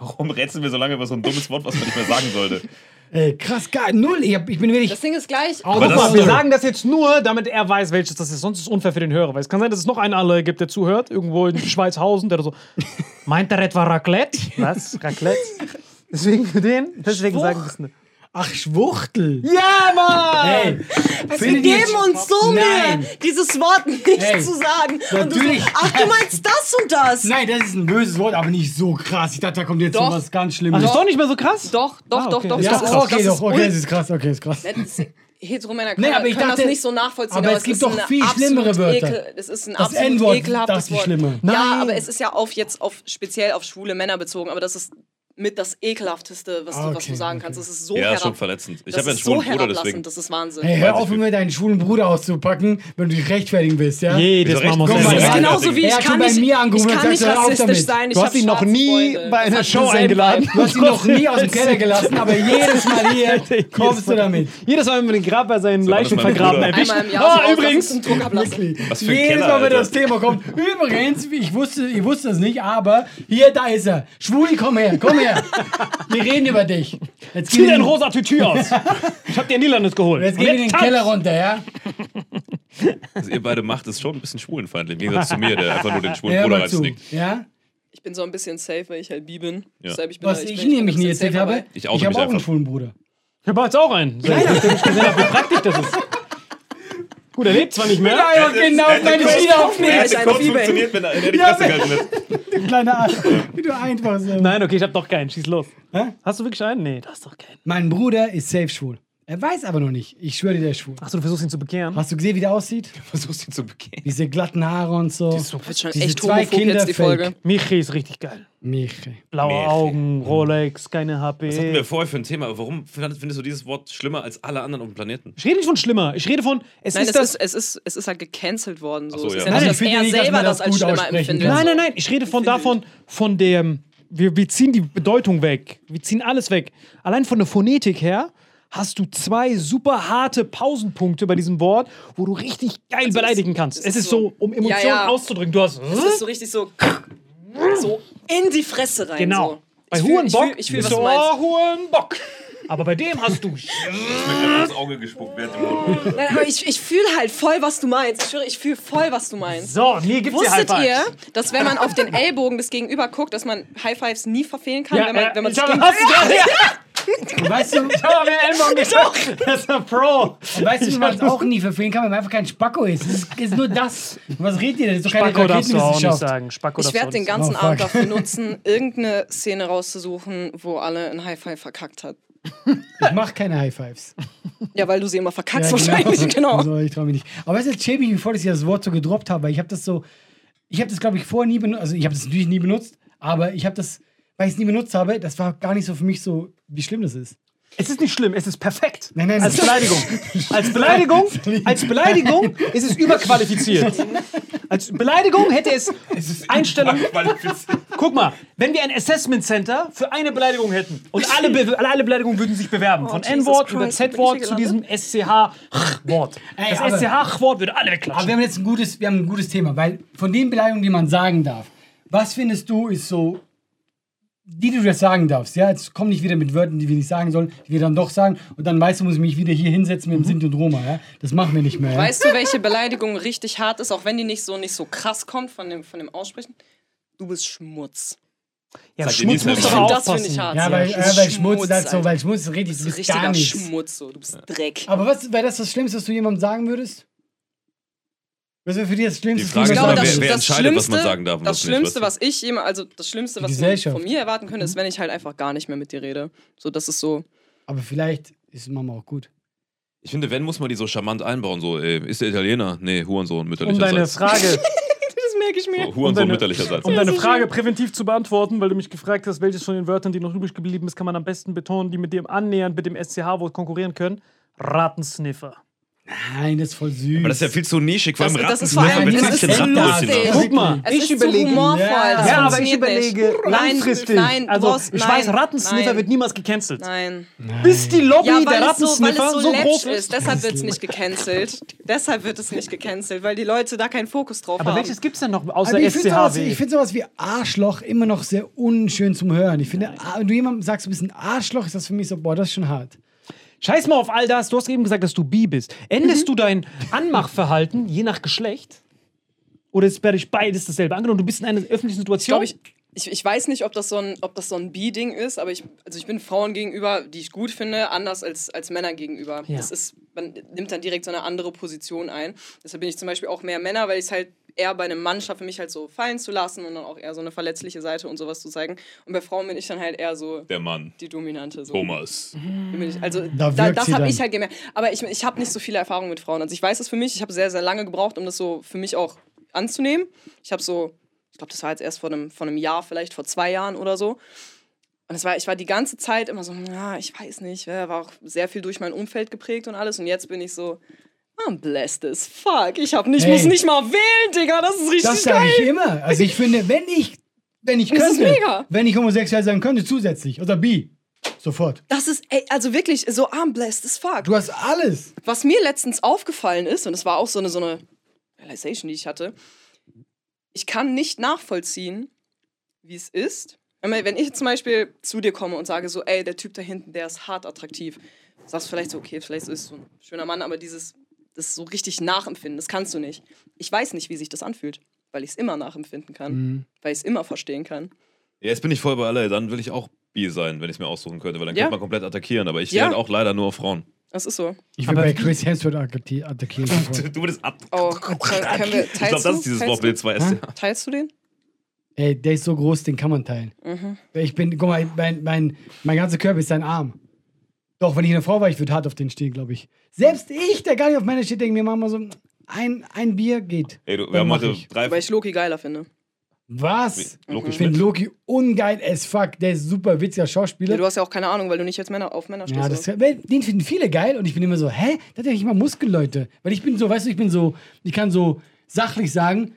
[SPEAKER 1] Warum rätseln wir so lange über so ein dummes Wort, was man nicht mehr sagen sollte?
[SPEAKER 3] Ey, krass, geil. Null. Ich, hab, ich bin wirklich.
[SPEAKER 4] Das Ding ist gleich.
[SPEAKER 3] Aber
[SPEAKER 2] Guck
[SPEAKER 1] das
[SPEAKER 2] mal,
[SPEAKER 1] ist
[SPEAKER 2] wir
[SPEAKER 1] so.
[SPEAKER 2] sagen das jetzt nur, damit er weiß, welches das ist. Sonst ist es unfair für den Hörer. Weil es kann sein, dass es noch einen alle gibt, der zuhört, irgendwo in Schweizhausen, der da so. Meint er etwa Raclette? Was? Raclette? Deswegen für den? Deswegen sagen wir es nicht.
[SPEAKER 3] Ach, Schwuchtel.
[SPEAKER 2] Ja, Mann!
[SPEAKER 3] Ey,
[SPEAKER 4] Wir
[SPEAKER 3] findet ihr
[SPEAKER 4] geben uns so
[SPEAKER 3] Nein.
[SPEAKER 4] mehr, um dieses Wort nicht
[SPEAKER 3] Ey,
[SPEAKER 4] zu sagen. Und du
[SPEAKER 3] natürlich.
[SPEAKER 4] so, ach, du meinst das und das.
[SPEAKER 3] Nein, das ist ein böses Wort, aber nicht so krass. Ich dachte, da kommt jetzt
[SPEAKER 4] Doch.
[SPEAKER 3] so was ganz
[SPEAKER 2] Ach,
[SPEAKER 3] Schlimmes.
[SPEAKER 2] das ist doch nicht mehr so krass?
[SPEAKER 4] Doch, doch,
[SPEAKER 2] Ah,
[SPEAKER 4] doch,
[SPEAKER 2] okay.
[SPEAKER 4] doch.
[SPEAKER 2] Also, Ist
[SPEAKER 3] ja,
[SPEAKER 4] das
[SPEAKER 3] doch, okay,
[SPEAKER 4] das
[SPEAKER 3] doch, okay, das
[SPEAKER 4] ist
[SPEAKER 3] ist krass, okay, das ist krass.
[SPEAKER 4] Heteromänner können,
[SPEAKER 3] Nee, aber ich
[SPEAKER 4] können
[SPEAKER 3] dachte-
[SPEAKER 4] das nicht so nachvollziehen.
[SPEAKER 3] aber es gibt
[SPEAKER 4] ist
[SPEAKER 3] doch
[SPEAKER 4] ein
[SPEAKER 3] viel schlimmere
[SPEAKER 4] absolut
[SPEAKER 3] Wörter.
[SPEAKER 4] Ekel, es ist ein
[SPEAKER 3] Das
[SPEAKER 4] absolut
[SPEAKER 3] N-Wort,
[SPEAKER 4] ekelhaftes
[SPEAKER 3] das ist
[SPEAKER 4] Wort.
[SPEAKER 3] schlimmer.
[SPEAKER 4] Ja,
[SPEAKER 2] Nein.
[SPEAKER 4] aber es ist ja auf jetzt auf speziell auf schwule Männer bezogen, aber das ist mit das ekelhafteste, was, du, was
[SPEAKER 3] Okay,
[SPEAKER 4] du sagen
[SPEAKER 3] okay.
[SPEAKER 4] kannst. Das ist so
[SPEAKER 1] ja,
[SPEAKER 4] herab.
[SPEAKER 1] schon verletzend. Ich
[SPEAKER 4] das
[SPEAKER 1] habe ja einen
[SPEAKER 4] ist so
[SPEAKER 1] schwulen Bruder,
[SPEAKER 4] herablassend,
[SPEAKER 1] deswegen.
[SPEAKER 4] das ist Wahnsinn.
[SPEAKER 3] Ey, hör auf,
[SPEAKER 1] ich-
[SPEAKER 3] immer deinen schwulen Bruder auszupacken, wenn du dich rechtfertigen willst, ja?
[SPEAKER 2] Jedes
[SPEAKER 1] Wieso
[SPEAKER 2] Mal genau muss
[SPEAKER 1] recht?
[SPEAKER 2] er
[SPEAKER 1] Guck mal,
[SPEAKER 4] Das ist
[SPEAKER 1] Ja,
[SPEAKER 2] sagen.
[SPEAKER 4] genauso wie
[SPEAKER 3] er
[SPEAKER 4] ich
[SPEAKER 3] hat
[SPEAKER 4] kann
[SPEAKER 3] schon bei
[SPEAKER 4] nicht,
[SPEAKER 3] mir angerufen
[SPEAKER 4] ich
[SPEAKER 3] und
[SPEAKER 4] kann nicht
[SPEAKER 3] gesagt, hör auf damit.
[SPEAKER 4] rassistisch sein. Ich
[SPEAKER 2] Du
[SPEAKER 4] hab
[SPEAKER 2] hast ihn noch
[SPEAKER 4] schwarze
[SPEAKER 2] nie
[SPEAKER 4] Freunde.
[SPEAKER 2] bei
[SPEAKER 4] Das
[SPEAKER 2] einer
[SPEAKER 4] hat
[SPEAKER 2] Show
[SPEAKER 4] denselben
[SPEAKER 2] eingeladen.
[SPEAKER 4] Vibe.
[SPEAKER 3] Du hast ihn noch nie aus dem Keller gelassen, aber jedes Mal hier kommst du damit.
[SPEAKER 2] Jedes Mal, wenn wir den Grab bei seinen
[SPEAKER 1] war das
[SPEAKER 2] Leichen
[SPEAKER 1] mein
[SPEAKER 2] vergraben
[SPEAKER 1] Bruder.
[SPEAKER 2] erwischt.
[SPEAKER 4] Einmal im Jahr.
[SPEAKER 2] Ah,
[SPEAKER 4] so
[SPEAKER 2] übrigens.
[SPEAKER 4] Zum Druck ablassen.
[SPEAKER 1] Was für ein
[SPEAKER 3] Jedes
[SPEAKER 1] Keller,
[SPEAKER 3] Mal, wenn
[SPEAKER 1] Alter.
[SPEAKER 3] das Thema kommt. Übrigens, ich wusste, ich wusste es nicht, aber hier, da ist er. Schwuli, komm her, komm her. Wir reden über dich. Jetzt
[SPEAKER 2] Zieh
[SPEAKER 3] gehen wir
[SPEAKER 2] dein
[SPEAKER 3] in-
[SPEAKER 2] rosa Tütü aus. Ich hab dir ein Niederlandes geholt.
[SPEAKER 3] Jetzt gehen wir in den
[SPEAKER 2] tanz.
[SPEAKER 3] Keller runter, ja?
[SPEAKER 1] Was ihr beide macht, ist schon ein bisschen schwulenfeindlich. Im Gegensatz zu mir, der einfach nur den schwulen
[SPEAKER 3] Hör
[SPEAKER 1] Bruder
[SPEAKER 3] mal zu.
[SPEAKER 1] reinsnickt.
[SPEAKER 3] Ja?
[SPEAKER 4] Ich bin so ein bisschen safe, weil ich halt bi bin.
[SPEAKER 1] Ja.
[SPEAKER 4] Deshalb, ich bin
[SPEAKER 3] Was
[SPEAKER 4] da-
[SPEAKER 3] ich
[SPEAKER 4] bin- bin
[SPEAKER 3] nämlich
[SPEAKER 4] ein
[SPEAKER 3] nie
[SPEAKER 4] bisschen
[SPEAKER 3] erzählt
[SPEAKER 4] safe
[SPEAKER 3] habe,
[SPEAKER 4] dabei.
[SPEAKER 1] Ich
[SPEAKER 3] ich
[SPEAKER 1] oute mich
[SPEAKER 3] habe auch einen
[SPEAKER 1] einfach.
[SPEAKER 3] schwulen Bruder.
[SPEAKER 2] Ich hab jetzt auch einen. Nachdem ich gesehen hab, wie praktisch das ist. Gut, er lebt zwar nicht mehr.
[SPEAKER 3] Ja, genau, meine Schiene aufnehmen.
[SPEAKER 4] hätte kurz funktioniert,
[SPEAKER 1] wenn er die
[SPEAKER 3] Ja, Fresse
[SPEAKER 1] gehalten hätte.
[SPEAKER 3] Kleiner Arsch. Wie du einfach so.
[SPEAKER 2] Nein, okay, ich hab doch keinen. Schieß los.
[SPEAKER 3] Hä?
[SPEAKER 2] Hast du wirklich einen? Nee, du hast doch keinen.
[SPEAKER 3] Mein Bruder ist safe schwul. Er weiß aber noch nicht. Ich schwöre dir, der ist schwul.
[SPEAKER 2] Achso, du versuchst ihn zu bekehren.
[SPEAKER 3] Hast du gesehen, wie der aussieht?
[SPEAKER 1] Versuchst ihn zu bekehren.
[SPEAKER 3] Diese glatten Haare und so.
[SPEAKER 4] Das wird schon
[SPEAKER 3] Diese
[SPEAKER 4] echt
[SPEAKER 3] zwei
[SPEAKER 4] homophob
[SPEAKER 3] Kinder
[SPEAKER 4] jetzt, die
[SPEAKER 3] fake.
[SPEAKER 4] Folge.
[SPEAKER 2] Michi ist richtig geil.
[SPEAKER 3] Miche.
[SPEAKER 2] Blaue
[SPEAKER 1] Michi.
[SPEAKER 2] Augen, Rolex, keine
[SPEAKER 1] Das hatten wir
[SPEAKER 2] HP.
[SPEAKER 1] vorher für ein Thema. aber Warum findest du dieses Wort schlimmer als alle anderen auf dem Planeten?
[SPEAKER 2] Ich rede nicht von schlimmer. Ich rede von, es
[SPEAKER 4] Nein,
[SPEAKER 2] ist
[SPEAKER 4] es
[SPEAKER 2] das.
[SPEAKER 4] ist, es, ist, es ist halt gecancelt worden. So.
[SPEAKER 1] Ach so,
[SPEAKER 4] es
[SPEAKER 1] ja.
[SPEAKER 4] ist ja
[SPEAKER 1] Nein,
[SPEAKER 4] nicht,
[SPEAKER 3] ich
[SPEAKER 4] dass
[SPEAKER 3] finde
[SPEAKER 4] er
[SPEAKER 3] nicht, dass
[SPEAKER 4] selber
[SPEAKER 3] man das
[SPEAKER 4] das als
[SPEAKER 3] gut
[SPEAKER 4] schlimmer
[SPEAKER 3] aussprechen
[SPEAKER 4] empfindet.
[SPEAKER 3] kann.
[SPEAKER 2] Nein, nein, nein. Ich rede von davon, von dem. Wir, wir ziehen die Bedeutung weg. Wir ziehen alles weg. Allein von der Phonetik her hast du zwei super harte Pausenpunkte bei diesem Wort, wo du richtig
[SPEAKER 4] Also
[SPEAKER 2] geil beleidigen kannst. Es, ist so, um Emotionen
[SPEAKER 4] ja.
[SPEAKER 2] auszudrücken. Du hast.
[SPEAKER 4] Es ist so richtig so, so in die Fresse rein.
[SPEAKER 2] genau.
[SPEAKER 4] So.
[SPEAKER 2] Bei
[SPEAKER 4] Ich fühl-
[SPEAKER 2] Hurenbock
[SPEAKER 4] ich fühl- ich fühl,
[SPEAKER 2] bist
[SPEAKER 4] was
[SPEAKER 2] du,
[SPEAKER 4] du meinst.
[SPEAKER 2] Oh, Hurenbock. Aber bei dem hast du.
[SPEAKER 1] ins Auge gespuckt während dem Mund.
[SPEAKER 4] Nein, aber ich, ich fühle halt voll, was du meinst. Ich schwöre, ich fühle voll, was du meinst.
[SPEAKER 2] So, nee, gibt's hier
[SPEAKER 4] Wusstet
[SPEAKER 2] High
[SPEAKER 4] ihr,
[SPEAKER 2] Fives.
[SPEAKER 4] dass wenn man auf den Ellbogen des Gegenüber guckt, dass man High Fives nie verfehlen kann,
[SPEAKER 2] Ja,
[SPEAKER 4] wenn man,
[SPEAKER 2] ja, äh,
[SPEAKER 4] wenn man
[SPEAKER 2] ich
[SPEAKER 4] sich
[SPEAKER 2] habe
[SPEAKER 4] gegen-
[SPEAKER 2] was ja, ja.
[SPEAKER 3] Und weißt du,
[SPEAKER 2] Ich habe mir den Ellbogen geschaut. Das ist ein Pro.
[SPEAKER 3] und weißt du, wie man es auch nie verfehlen kann, weil man einfach kein Spacko ist. Es ist, ist nur das. Was redet ihr denn? Das ist doch keine
[SPEAKER 2] Spacko darfst du auch nicht
[SPEAKER 3] Raketenwissenschaft.
[SPEAKER 2] sagen. Spacko
[SPEAKER 4] Ich
[SPEAKER 2] darfst du
[SPEAKER 4] werde
[SPEAKER 2] auch
[SPEAKER 4] den
[SPEAKER 2] nicht sagen.
[SPEAKER 4] ganzen
[SPEAKER 3] Oh, fuck.
[SPEAKER 4] Abend dafür nutzen, irgendeine Szene rauszusuchen, wo alle ein High Five verkackt hat.
[SPEAKER 3] Ich mach keine High Fives.
[SPEAKER 4] Ja, weil du sie immer
[SPEAKER 3] Ja,
[SPEAKER 4] verkackst wahrscheinlich, genau.
[SPEAKER 3] Also, ich trau mich nicht. Aber weißt du, jetzt schäme ich mich vor, dass ich das Wort so gedroppt habe. weil Ich habe das so, ich habe das, glaube ich, vorher nie benutzt. Also, ich habe das natürlich nie benutzt, aber ich habe das, weil ich es nie benutzt habe, das war gar nicht so für mich so, wie schlimm das ist.
[SPEAKER 2] Es ist nicht schlimm, es ist perfekt.
[SPEAKER 3] Nein, nein,
[SPEAKER 2] als
[SPEAKER 3] das-
[SPEAKER 2] Beleidigung. Als Beleidigung, als Beleidigung ist es überqualifiziert. Als Beleidigung hätte es Einstellung. Guck mal, wenn wir ein Assessment Center für eine Beleidigung hätten und alle, Be alle Beleidigungen würden sich bewerben, von
[SPEAKER 4] Oh, Jesus
[SPEAKER 2] N-Wort über
[SPEAKER 4] Christ, wo bin
[SPEAKER 2] Z-Wort
[SPEAKER 4] ich
[SPEAKER 2] zu
[SPEAKER 4] hier
[SPEAKER 2] diesem SCH-Wort.
[SPEAKER 3] Ey,
[SPEAKER 2] Das
[SPEAKER 3] aber-
[SPEAKER 2] SCH-Wort würde alle
[SPEAKER 3] Aber wir
[SPEAKER 2] wegklatschen.
[SPEAKER 3] haben jetzt ein gutes, wir haben ein gutes Thema, weil von den Beleidigungen, die man sagen darf, was findest du ist so, die die du das sagen darfst, ja? Jetzt komm nicht wieder mit Wörtern, die wir nicht sagen sollen, die wir dann doch sagen und dann weißt du, muss ich mich wieder hier hinsetzen mit dem Sinti und Roma, ja? Das machen wir nicht mehr. Ja?
[SPEAKER 4] Weißt du, welche Beleidigung richtig hart ist, auch wenn die nicht so, nicht so krass kommt von dem, von dem Aussprechen? Du bist Schmutz.
[SPEAKER 2] Ja,
[SPEAKER 1] Sagt ihr
[SPEAKER 2] Schmutz
[SPEAKER 1] nie selber.
[SPEAKER 2] muss doch
[SPEAKER 4] Das finde
[SPEAKER 2] aufpassen.
[SPEAKER 4] ich hart.
[SPEAKER 3] Ja, weil,
[SPEAKER 4] Du
[SPEAKER 3] ja,
[SPEAKER 4] bist
[SPEAKER 3] weil Schmutz, das so,
[SPEAKER 4] Alter.
[SPEAKER 3] weil Schmutz ist richtig,
[SPEAKER 4] Du
[SPEAKER 3] du
[SPEAKER 4] bist
[SPEAKER 3] bist gar
[SPEAKER 4] richtiger
[SPEAKER 3] nichts.
[SPEAKER 4] Schmutz, so. du bist Dreck.
[SPEAKER 3] Aber was wäre das das Schlimmste, was du jemandem sagen würdest? Was wäre für dich das
[SPEAKER 1] Die
[SPEAKER 3] Schlimmste?
[SPEAKER 1] Frage
[SPEAKER 3] was
[SPEAKER 1] ist
[SPEAKER 3] du
[SPEAKER 4] Ich glaube,
[SPEAKER 1] aber,
[SPEAKER 3] jemandem
[SPEAKER 1] wer,
[SPEAKER 4] das-
[SPEAKER 3] sagen
[SPEAKER 1] wer entscheidet, was
[SPEAKER 4] das
[SPEAKER 1] man
[SPEAKER 4] Schlimmste-
[SPEAKER 1] sagen darf und
[SPEAKER 4] Das
[SPEAKER 1] was nicht.
[SPEAKER 4] Schlimmste,
[SPEAKER 1] weißt
[SPEAKER 4] was ich jemand, also das Schlimmste,
[SPEAKER 3] Die
[SPEAKER 4] was man
[SPEAKER 3] Gesellschaft.
[SPEAKER 4] von mir erwarten könnte, ist, wenn ich halt einfach gar nicht mehr mit dir rede. So, das ist so.
[SPEAKER 3] würdest? Aber vielleicht ist Mama auch gut.
[SPEAKER 1] du? Ich finde, wenn, muss man die so charmant einbauen. So, äh, ist der Italiener? Nee, Hurensohn,
[SPEAKER 2] Um deine
[SPEAKER 1] mütterlicherseits.
[SPEAKER 2] Frage,
[SPEAKER 4] Das merke ich mir.
[SPEAKER 1] So, Hurensohn,
[SPEAKER 2] deine-
[SPEAKER 1] mütterlicherseits.
[SPEAKER 2] um deine Frage präventiv zu beantworten, weil du mich gefragt hast, welches von den Wörtern, die noch übrig geblieben ist, kann man am besten betonen, die mit dem annähernd mit dem SCH-Wort konkurrieren können. Ratensniffer.
[SPEAKER 3] Nein, das ist voll süß.
[SPEAKER 1] Aber das ist ja viel zu nischig. Vor allem
[SPEAKER 4] Das- das ist vor allem
[SPEAKER 1] Ratten-
[SPEAKER 3] dieses
[SPEAKER 1] Ratten- Ratten-
[SPEAKER 4] Endlose.
[SPEAKER 1] Ratten-
[SPEAKER 4] Ja.
[SPEAKER 2] Guck mal,
[SPEAKER 4] Es
[SPEAKER 2] ich
[SPEAKER 4] ist
[SPEAKER 2] überlege.
[SPEAKER 4] zu humorvoll.
[SPEAKER 3] Ja.
[SPEAKER 4] das
[SPEAKER 2] ja, aber ich
[SPEAKER 4] funktioniert nicht.
[SPEAKER 2] überlege
[SPEAKER 4] Nein,
[SPEAKER 2] langfristig.
[SPEAKER 4] Nein,
[SPEAKER 2] also,
[SPEAKER 4] Brust,
[SPEAKER 2] ich
[SPEAKER 4] nein,
[SPEAKER 2] weiß, Rattensniffer
[SPEAKER 4] nein,
[SPEAKER 2] wird niemals gecancelt.
[SPEAKER 4] Nein.
[SPEAKER 2] Bis die Lobby
[SPEAKER 4] Ja,
[SPEAKER 2] der
[SPEAKER 4] weil es, so, weil
[SPEAKER 2] Rattensniffer
[SPEAKER 4] es
[SPEAKER 2] so,
[SPEAKER 4] so, läppisch
[SPEAKER 2] groß
[SPEAKER 4] ist.
[SPEAKER 2] ist.
[SPEAKER 4] Deshalb wird es nicht gecancelt. Deshalb wird es nicht gecancelt, weil die Leute da keinen Fokus drauf
[SPEAKER 2] Aber
[SPEAKER 4] haben.
[SPEAKER 2] welches gibt es denn noch außer
[SPEAKER 3] Also ich finde sowas, ich
[SPEAKER 2] SCHW?
[SPEAKER 3] find sowas wie Arschloch immer noch sehr unschön zum Hören. Ich finde, ah, wenn du jemandem sagst, du bist ein Arschloch, ist das für mich so, boah, das ist schon hart.
[SPEAKER 2] Scheiß mal auf all das. Du hast eben gesagt, dass du Bi bist.
[SPEAKER 4] Mhm.
[SPEAKER 2] Änderst du dein Anmachverhalten je nach Geschlecht? Oder ist bei dich beides dasselbe? Angenommen, du bist in einer öffentlichen
[SPEAKER 4] Ich glaube,
[SPEAKER 2] Situation.
[SPEAKER 4] ich, ich, ich weiß nicht, ob das so ein, ob das so ein B-Ding ist, aber ich, also ich bin Frauen gegenüber, die ich gut finde, anders als, als Männern gegenüber.
[SPEAKER 2] Ja.
[SPEAKER 4] Das ist, man nimmt dann direkt so eine andere Position ein. Deshalb bin ich zum Beispiel auch mehr Männer, weil ich es halt eher bei einem Mann schaffe, mich halt so fallen zu lassen und dann auch eher so eine verletzliche Seite und sowas zu zeigen. Und bei Frauen bin ich dann halt eher so
[SPEAKER 1] Der Mann.
[SPEAKER 4] die Dominante. So.
[SPEAKER 1] Thomas.
[SPEAKER 4] Bin ich- Also
[SPEAKER 3] Da
[SPEAKER 4] da
[SPEAKER 3] wirkt
[SPEAKER 4] das
[SPEAKER 3] sie
[SPEAKER 4] habe
[SPEAKER 3] dann.
[SPEAKER 4] ich halt gemerkt. Aber ich, ich habe nicht so viele Erfahrungen mit Frauen. Also ich weiß es für mich. Ich habe sehr, sehr lange gebraucht, um das so für mich auch anzunehmen. Ich habe so, ich glaube, das war jetzt erst vor einem, vor einem Jahr, vielleicht vor zwei Jahren oder so. Und es war, ich war die ganze Zeit immer so, ja, ich weiß nicht, ja, war auch sehr viel durch mein Umfeld geprägt und alles. Und jetzt bin ich so, I'm blessed as fuck. Ich hab nicht,
[SPEAKER 3] Hey.
[SPEAKER 4] muss nicht mal wählen, Digga. Das ist richtig
[SPEAKER 3] Das sage
[SPEAKER 4] geil.
[SPEAKER 3] ich immer. Also ich finde, wenn ich, wenn ich
[SPEAKER 4] Das ist
[SPEAKER 3] könnte,
[SPEAKER 4] mega.
[SPEAKER 3] wenn ich homosexuell sein könnte, zusätzlich oder bi, sofort.
[SPEAKER 4] Das ist, ey, also wirklich, so I'm blessed as fuck.
[SPEAKER 3] Du hast alles.
[SPEAKER 4] Was mir letztens aufgefallen ist, und das war auch so eine, so eine Realization, die ich hatte, ich kann nicht nachvollziehen, wie es ist. Wenn man- wenn ich zum Beispiel zu dir komme und sage so, ey, der Typ da hinten, der ist hart attraktiv, sagst du vielleicht so, okay, vielleicht ist so ein schöner Mann, aber dieses, das so richtig nachempfinden, das kannst du nicht. Ich weiß nicht, wie sich das anfühlt, weil ich es immer nachempfinden kann,
[SPEAKER 3] Mhm.
[SPEAKER 4] weil ich es immer verstehen kann.
[SPEAKER 1] Ja, jetzt bin ich voll bei alle. Dann will ich auch Bi sein, wenn ich es mir aussuchen könnte, weil dann
[SPEAKER 4] Ja.
[SPEAKER 1] könnte man komplett attackieren. Aber ich stehe
[SPEAKER 4] Ja.
[SPEAKER 1] halt auch leider nur auf Frauen.
[SPEAKER 4] Das ist so.
[SPEAKER 3] Ich will
[SPEAKER 2] Aber-
[SPEAKER 3] bei Chris Hemsworth attacki- attackieren. sofort.
[SPEAKER 1] Du würdest ab.
[SPEAKER 4] Oh, können wir, teilst
[SPEAKER 1] Ich glaube, das
[SPEAKER 4] du-
[SPEAKER 1] ist dieses
[SPEAKER 4] teilst
[SPEAKER 1] Wort
[SPEAKER 4] du-
[SPEAKER 1] mit den zwei S.
[SPEAKER 3] Ah.
[SPEAKER 4] Teilst du den? Mhm.
[SPEAKER 3] Ey, der ist so groß, den kann man teilen. Ich bin, guck mal, mein, mein, mein ganzer Körper ist sein Arm. Doch, wenn ich eine Frau war, ich würde hart auf den stehen, glaube ich. Selbst ich, der gar nicht auf Männer steht, denke mir manchmal so, ein, ein Bier geht.
[SPEAKER 1] Ey, du, wir
[SPEAKER 3] Dann
[SPEAKER 1] haben
[SPEAKER 3] mach
[SPEAKER 1] heute
[SPEAKER 3] ich.
[SPEAKER 1] drei.
[SPEAKER 4] Weil ich Loki geiler finde.
[SPEAKER 3] Was?
[SPEAKER 1] Loki
[SPEAKER 3] Ich finde Loki ungeil as fuck. Der ist super witziger Schauspieler.
[SPEAKER 4] Ja, du hast ja auch keine Ahnung, weil du nicht jetzt Männer auf Männer stehst.
[SPEAKER 3] Ja,
[SPEAKER 4] oder?
[SPEAKER 3] das, weil den finden viele geil und ich bin immer so, hä? Da hat ja nicht mal Muskeln, Leute. Weil ich bin so, weißt du, ich bin so, ich kann so sachlich sagen,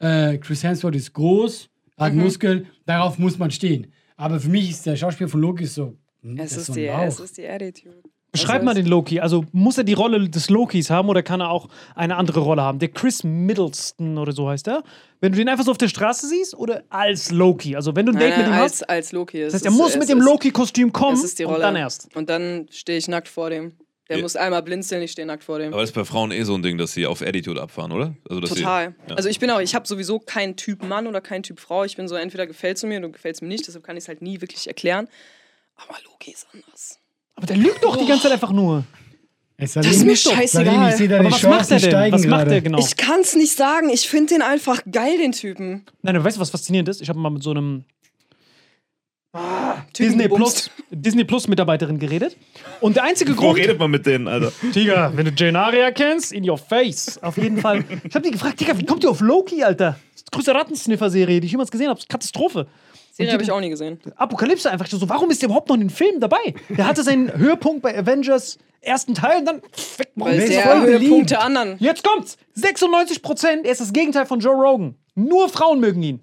[SPEAKER 3] äh, Chris Hemsworth ist groß, hat
[SPEAKER 4] Mhm.
[SPEAKER 3] Muskeln, darauf muss man stehen. Aber für mich ist der Schauspieler von Loki so, hm,
[SPEAKER 4] Es
[SPEAKER 3] das
[SPEAKER 4] ist,
[SPEAKER 3] so ein
[SPEAKER 4] die,
[SPEAKER 3] Lauch.
[SPEAKER 4] es ist die Attitude.
[SPEAKER 2] Beschreib
[SPEAKER 4] Also
[SPEAKER 2] mal
[SPEAKER 4] es-
[SPEAKER 2] den Loki. Also muss er die Rolle des Lokis haben oder kann er auch eine andere Rolle haben? Der Chris Middleston oder so heißt er. Wenn du den einfach so auf der Straße siehst oder als Loki. Also wenn du ein Date
[SPEAKER 4] Nein,
[SPEAKER 2] mit ihm
[SPEAKER 4] als,
[SPEAKER 2] hast,
[SPEAKER 4] als Loki.
[SPEAKER 2] das heißt, er muss mit dem Loki-Kostüm kommen
[SPEAKER 4] Das ist die Rolle.
[SPEAKER 2] und dann erst.
[SPEAKER 4] Und dann stehe ich nackt vor dem. Der
[SPEAKER 1] Ja.
[SPEAKER 4] muss einmal blinzeln, ich stehe nackt vor dem.
[SPEAKER 1] Aber das ist bei Frauen eh so ein Ding, dass sie auf Attitude abfahren, oder? Also, dass
[SPEAKER 4] Total.
[SPEAKER 1] Sie, ja.
[SPEAKER 4] Also ich bin auch, ich habe sowieso keinen Typ Mann oder keinen Typ Frau. Ich bin so, entweder gefällst du mir oder du gefällst mir nicht. Deshalb kann ich es halt nie wirklich erklären. Aber Loki ist anders.
[SPEAKER 2] Aber der lügt doch die ganze Zeit einfach nur.
[SPEAKER 3] das
[SPEAKER 4] ist mir scheißegal.
[SPEAKER 3] Ich sehe
[SPEAKER 2] Aber
[SPEAKER 3] deine
[SPEAKER 2] was macht
[SPEAKER 3] Chancen
[SPEAKER 2] er denn?
[SPEAKER 3] steigen
[SPEAKER 2] Was macht
[SPEAKER 3] gerade.
[SPEAKER 2] er genau?
[SPEAKER 4] Ich kann es nicht sagen. Ich finde den einfach geil, den Typen.
[SPEAKER 2] Nein, aber weißt du, was faszinierend ist? Ich habe mal mit so einem
[SPEAKER 4] Typen
[SPEAKER 2] Disney
[SPEAKER 4] gebumst.
[SPEAKER 2] Plus, Disney Plus Mitarbeiterin geredet. Und der einzige
[SPEAKER 1] Wo
[SPEAKER 2] Grund,
[SPEAKER 1] redet man mit denen, Alter?
[SPEAKER 2] Digga, wenn du Jane Aria kennst, in your face. Auf jeden Fall. Ich hab die gefragt, Digga, wie kommt ihr auf Loki, Alter? Das ist die größte Rattensniffer-Serie, die ich jemals gesehen habe. Katastrophe.
[SPEAKER 4] Serie habe
[SPEAKER 2] die-
[SPEAKER 4] ich auch nie gesehen.
[SPEAKER 2] Apokalypse einfach. Ich so, warum ist der überhaupt noch in den Filmen dabei? Der hatte seinen Höhepunkt bei Avengers ersten Teil und dann. Fick, warum
[SPEAKER 4] Weil
[SPEAKER 2] ist
[SPEAKER 4] es
[SPEAKER 2] der
[SPEAKER 4] der
[SPEAKER 2] Oh, voll
[SPEAKER 3] beliebt.
[SPEAKER 4] Höhepunkt der anderen.
[SPEAKER 2] Jetzt kommt's! 96 Prozent, er ist das Gegenteil von Joe Rogan. Nur Frauen mögen ihn.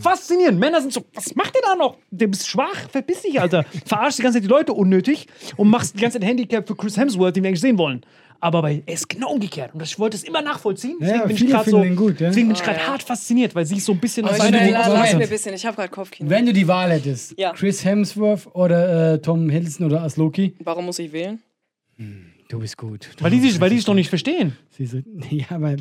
[SPEAKER 2] Faszinierend. Männer sind so, was macht der da noch? Der bist schwach, verpiss dich, Alter. Verarsch die ganze Zeit die Leute unnötig und machst die ganze Zeit ein Handicap für Chris Hemsworth, den wir eigentlich sehen wollen. Aber bei, er ist genau umgekehrt. Und ich wollte es immer nachvollziehen. Deswegen bin ich
[SPEAKER 3] viele
[SPEAKER 2] gerade
[SPEAKER 3] finden
[SPEAKER 2] so,
[SPEAKER 3] ihn gut, ja.
[SPEAKER 2] deswegen bin ich
[SPEAKER 4] Ah,
[SPEAKER 2] gerade
[SPEAKER 4] ja.
[SPEAKER 2] hart fasziniert, weil sie ist so ein bisschen
[SPEAKER 4] Aber
[SPEAKER 2] aus
[SPEAKER 3] wenn
[SPEAKER 2] einer-
[SPEAKER 3] du
[SPEAKER 4] schnell,
[SPEAKER 3] die-
[SPEAKER 4] la-
[SPEAKER 3] Warte.
[SPEAKER 4] lass mir ein bisschen. Ich habe gerade Kopfkino.
[SPEAKER 3] Wenn du die Wahl hättest,
[SPEAKER 4] Ja.
[SPEAKER 3] Chris Hemsworth oder äh, Tom Hiddleston oder als Loki,
[SPEAKER 4] Warum muss ich wählen?
[SPEAKER 3] du bist gut. Du
[SPEAKER 2] weil die sich, weil die sich noch nicht verstehen.
[SPEAKER 3] Sie so, ja, aber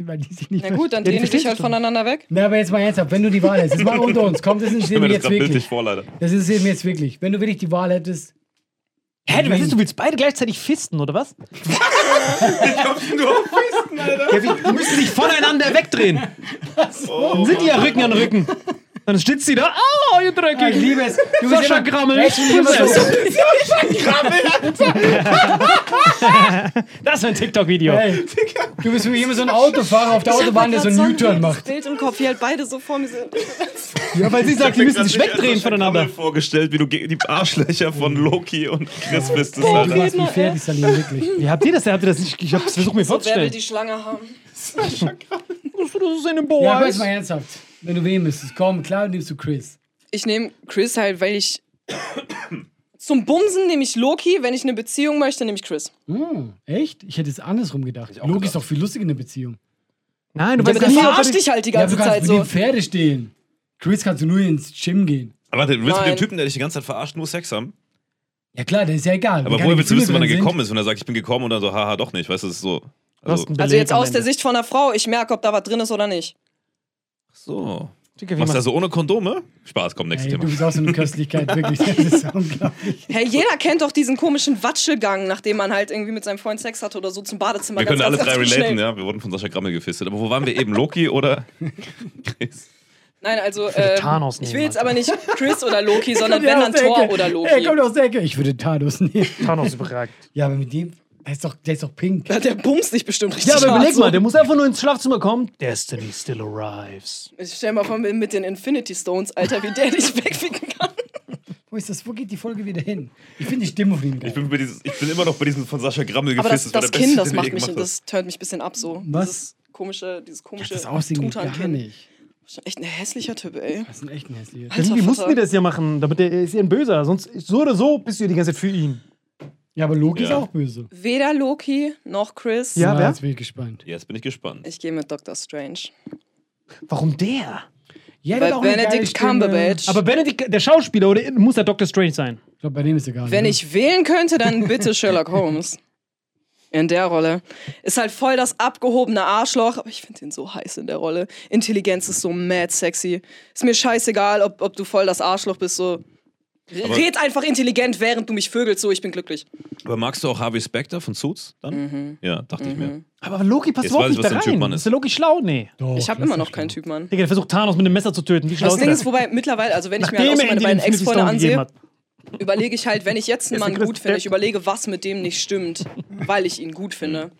[SPEAKER 3] weil die sich nicht
[SPEAKER 4] Na gut,
[SPEAKER 2] Ja, die
[SPEAKER 4] dann drehen die dich
[SPEAKER 2] verstehen
[SPEAKER 4] halt
[SPEAKER 2] sich
[SPEAKER 4] voneinander weg.
[SPEAKER 3] Na, aber jetzt mal ernsthaft, wenn du die Wahl hättest, jetzt mal unter uns, kommt das nicht
[SPEAKER 1] Ich
[SPEAKER 3] dem
[SPEAKER 1] mir das
[SPEAKER 3] jetzt
[SPEAKER 1] gerade bildlich
[SPEAKER 3] wirklich.
[SPEAKER 1] vor, leider.
[SPEAKER 3] Das ist dem jetzt wirklich. Wenn du wirklich die Wahl hättest,
[SPEAKER 2] Hä, du, was ist, du willst beide gleichzeitig fisten, oder was? Ja, wie- die müssen sich voneinander wegdrehen. Dann sind die ja Rücken an Rücken. Dann sitzt sie da. Au, ihr
[SPEAKER 3] ich
[SPEAKER 2] Dreckig.
[SPEAKER 3] liebe es. Du bist
[SPEAKER 2] Sascha
[SPEAKER 3] immer-
[SPEAKER 2] Grammel.
[SPEAKER 3] Weißt du, wie immer so-
[SPEAKER 2] Das ist ein TikTok-Video.
[SPEAKER 3] Ey, du bist wie immer so ein Autofahrer auf der Autobahn, der so einen U-Turn macht.
[SPEAKER 4] Bild im Kopf, wie halt beide so vor mir sind.
[SPEAKER 2] Ja, weil sie sagt, die müssen sich
[SPEAKER 1] Ich hab mir grad
[SPEAKER 2] wegdrehen
[SPEAKER 1] Sascha Grammel
[SPEAKER 2] voneinander.
[SPEAKER 1] vorgestellt, wie du gegen die Arschlöcher von Loki und Chris bist, das,
[SPEAKER 3] Du
[SPEAKER 1] Alter.
[SPEAKER 3] warst wie fertig, Salim, wirklich.
[SPEAKER 2] Wie habt ihr das? denn? Habt ihr das nicht? Ich hab's versucht mir
[SPEAKER 4] Wer will
[SPEAKER 2] vorzustellen.
[SPEAKER 4] die Schlange haben?
[SPEAKER 2] Das ist eine
[SPEAKER 3] Ja,
[SPEAKER 2] Boa.
[SPEAKER 3] aber jetzt mal ernsthaft. Wenn du wählen müsstest, komm, klar nimmst du Chris.
[SPEAKER 4] Ich nehme Chris halt, weil ich. Zum Bumsen nehme ich Loki, wenn ich eine Beziehung möchte, nehme ich Chris.
[SPEAKER 3] Hm, echt? Ich hätte es andersrum gedacht. Loki ist doch viel lustiger in der Beziehung.
[SPEAKER 2] Nein, du
[SPEAKER 4] Ja,
[SPEAKER 2] weißt
[SPEAKER 4] aber der
[SPEAKER 2] nie, ob er
[SPEAKER 4] verarscht
[SPEAKER 2] dich...
[SPEAKER 4] dich halt die
[SPEAKER 3] Ja, aber
[SPEAKER 4] ganze
[SPEAKER 3] du kannst
[SPEAKER 4] Zeit
[SPEAKER 3] mit
[SPEAKER 4] so.
[SPEAKER 3] dem Pferde stehen. Chris kannst du nur ins Gym gehen.
[SPEAKER 1] Aber warte, du willst mit
[SPEAKER 4] Nein.
[SPEAKER 1] dem Typen, der dich die ganze Zeit verarscht, nur Sex haben?
[SPEAKER 3] Ja klar, das ist ja egal.
[SPEAKER 1] Aber woher willst du wissen, wann er gekommen ist, wenn er sagt, ich bin gekommen und dann so, haha, doch nicht, weißt du, das ist so.
[SPEAKER 2] Du hast
[SPEAKER 1] Also,
[SPEAKER 2] einen
[SPEAKER 4] Also
[SPEAKER 2] Beleg
[SPEAKER 4] jetzt
[SPEAKER 2] am
[SPEAKER 4] aus der
[SPEAKER 2] Ende.
[SPEAKER 4] Sicht von einer Frau, ich merke, ob da was drin ist oder nicht.
[SPEAKER 1] so.
[SPEAKER 2] Digga, wie
[SPEAKER 1] Machst du
[SPEAKER 2] machst-
[SPEAKER 1] also ohne Kondome? Spaß, komm, nächstes
[SPEAKER 3] Ey, du
[SPEAKER 1] Thema.
[SPEAKER 3] bist auch so eine Köstlichkeit, wirklich. Das ist unglaublich.
[SPEAKER 4] Hey, jeder kennt doch diesen komischen Watschelgang, nachdem man halt irgendwie mit seinem Freund Sex hatte oder so zum Badezimmer.
[SPEAKER 1] Wir
[SPEAKER 4] ganz,
[SPEAKER 1] können alle
[SPEAKER 4] ganz,
[SPEAKER 1] drei
[SPEAKER 4] ganz
[SPEAKER 1] relaten,
[SPEAKER 4] schnell.
[SPEAKER 1] ja. Wir wurden von Sascha Grammel gefistet. Aber wo waren wir eben? Loki oder Chris?
[SPEAKER 4] Nein, also äh,
[SPEAKER 2] Thanos
[SPEAKER 4] ich will
[SPEAKER 2] nehmen,
[SPEAKER 4] jetzt
[SPEAKER 2] Alter.
[SPEAKER 4] aber nicht Chris oder Loki, sondern
[SPEAKER 3] Kommt ja
[SPEAKER 4] wenn
[SPEAKER 3] aus
[SPEAKER 4] dann
[SPEAKER 3] der
[SPEAKER 4] Thor
[SPEAKER 3] Ecke.
[SPEAKER 4] oder Loki.
[SPEAKER 3] Ey, kommt aus der Ecke. Ich würde Thanos nehmen.
[SPEAKER 2] Thanos überragt.
[SPEAKER 3] Ja, aber mit dem, der ist doch, der ist doch pink.
[SPEAKER 4] Der bumst dich bestimmt richtig.
[SPEAKER 2] Ja, aber
[SPEAKER 4] hart,
[SPEAKER 2] überleg
[SPEAKER 4] so.
[SPEAKER 2] mal, der muss einfach nur ins Schlafzimmer kommen. Destiny still arrives.
[SPEAKER 4] Ich stell mal vor, mit den Infinity Stones, Alter, wie der dich wegficken kann.
[SPEAKER 3] Wo ist das? Wo geht die Folge wieder hin? Ich finde die Stimme von ihm geil.
[SPEAKER 1] Ich bin, bei dieses, ich bin immer noch bei diesem von Sascha Grammel
[SPEAKER 4] Aber das,
[SPEAKER 1] gefistet. war
[SPEAKER 4] das
[SPEAKER 1] der Beste,
[SPEAKER 4] Kinn, das
[SPEAKER 1] den
[SPEAKER 4] macht
[SPEAKER 1] ich
[SPEAKER 4] mich,
[SPEAKER 1] gemacht
[SPEAKER 4] das tönt mich ein bisschen ab so.
[SPEAKER 3] Was?
[SPEAKER 4] Dieses komische, dieses
[SPEAKER 3] Ja,
[SPEAKER 4] komische
[SPEAKER 3] das Aussehen geht gar
[SPEAKER 4] Tutan-Kinn.
[SPEAKER 3] nicht.
[SPEAKER 4] Echt ein hässlicher Typ, ey.
[SPEAKER 3] Das ist ein echt ein hässlicher.
[SPEAKER 2] Irgendwie
[SPEAKER 4] Vater.
[SPEAKER 2] mussten die das ja machen, damit er ist ja ein Böser. Sonst so oder so bist du ja die ganze Zeit für ihn.
[SPEAKER 3] Ja, aber Loki
[SPEAKER 1] Ja.
[SPEAKER 3] ist auch böse.
[SPEAKER 4] Weder Loki noch Chris.
[SPEAKER 2] Ja,
[SPEAKER 3] Ah,
[SPEAKER 2] wer?
[SPEAKER 3] Jetzt bin ich gespannt.
[SPEAKER 1] hast. Jetzt bin ich gespannt.
[SPEAKER 4] Ich gehe mit Dr. Strange.
[SPEAKER 2] Warum der?
[SPEAKER 3] Ja, der
[SPEAKER 4] Weil
[SPEAKER 3] hat auch eine geile
[SPEAKER 4] Benedict
[SPEAKER 3] Stimme.
[SPEAKER 4] Cumberbatch.
[SPEAKER 2] Aber Benedict, der Schauspieler, oder muss der Dr. Strange sein?
[SPEAKER 3] Ich glaube, bei dem ist egal.
[SPEAKER 2] Mhm.
[SPEAKER 4] Wenn
[SPEAKER 3] ne?
[SPEAKER 4] ich wählen könnte, dann bitte Sherlock Holmes. In der Rolle. Ist halt voll das abgehobene Arschloch, aber ich finde ihn so heiß in der Rolle. Intelligenz ist so mad sexy. Ist mir scheißegal, ob, ob du voll das Arschloch bist, so. R-
[SPEAKER 1] Aber-
[SPEAKER 4] Red einfach intelligent, während du mich vögelst, so ich bin glücklich.
[SPEAKER 1] Aber magst du auch Harvey Specter von Suits dann?
[SPEAKER 4] Mhm.
[SPEAKER 1] Ja, dachte ich mir.
[SPEAKER 2] Aber Loki passt
[SPEAKER 1] Jetzt
[SPEAKER 2] überhaupt
[SPEAKER 1] weiß ich,
[SPEAKER 2] nicht
[SPEAKER 1] was
[SPEAKER 2] da
[SPEAKER 1] der Typ
[SPEAKER 2] rein.
[SPEAKER 1] Mann
[SPEAKER 2] Ist
[SPEAKER 1] ist.
[SPEAKER 2] der Loki schlau? Nee.
[SPEAKER 3] Doch,
[SPEAKER 4] ich habe
[SPEAKER 3] das
[SPEAKER 4] immer
[SPEAKER 3] ist
[SPEAKER 4] noch
[SPEAKER 3] doch
[SPEAKER 4] keinen
[SPEAKER 3] schlimm.
[SPEAKER 4] Typ, Mann.
[SPEAKER 2] Digga, der versucht Thanos mit einem Messer zu töten. Wie schlau
[SPEAKER 4] Das
[SPEAKER 2] ist
[SPEAKER 4] Ding
[SPEAKER 2] der?
[SPEAKER 4] ist, wobei mittlerweile, also wenn ich mir
[SPEAKER 2] Nachdem
[SPEAKER 4] halt
[SPEAKER 2] er
[SPEAKER 4] auch
[SPEAKER 2] ihm
[SPEAKER 4] meine
[SPEAKER 2] die
[SPEAKER 4] beiden
[SPEAKER 2] Infinity
[SPEAKER 4] Ex-Freunde
[SPEAKER 2] Stone gegeben
[SPEAKER 4] ansehe,
[SPEAKER 2] hat.
[SPEAKER 4] überlege ich halt, wenn ich jetzt einen
[SPEAKER 2] Ist der
[SPEAKER 4] Mann
[SPEAKER 2] größte
[SPEAKER 4] gut finde, ich
[SPEAKER 2] Depp.
[SPEAKER 4] überlege, was mit dem nicht stimmt, weil ich ihn gut finde.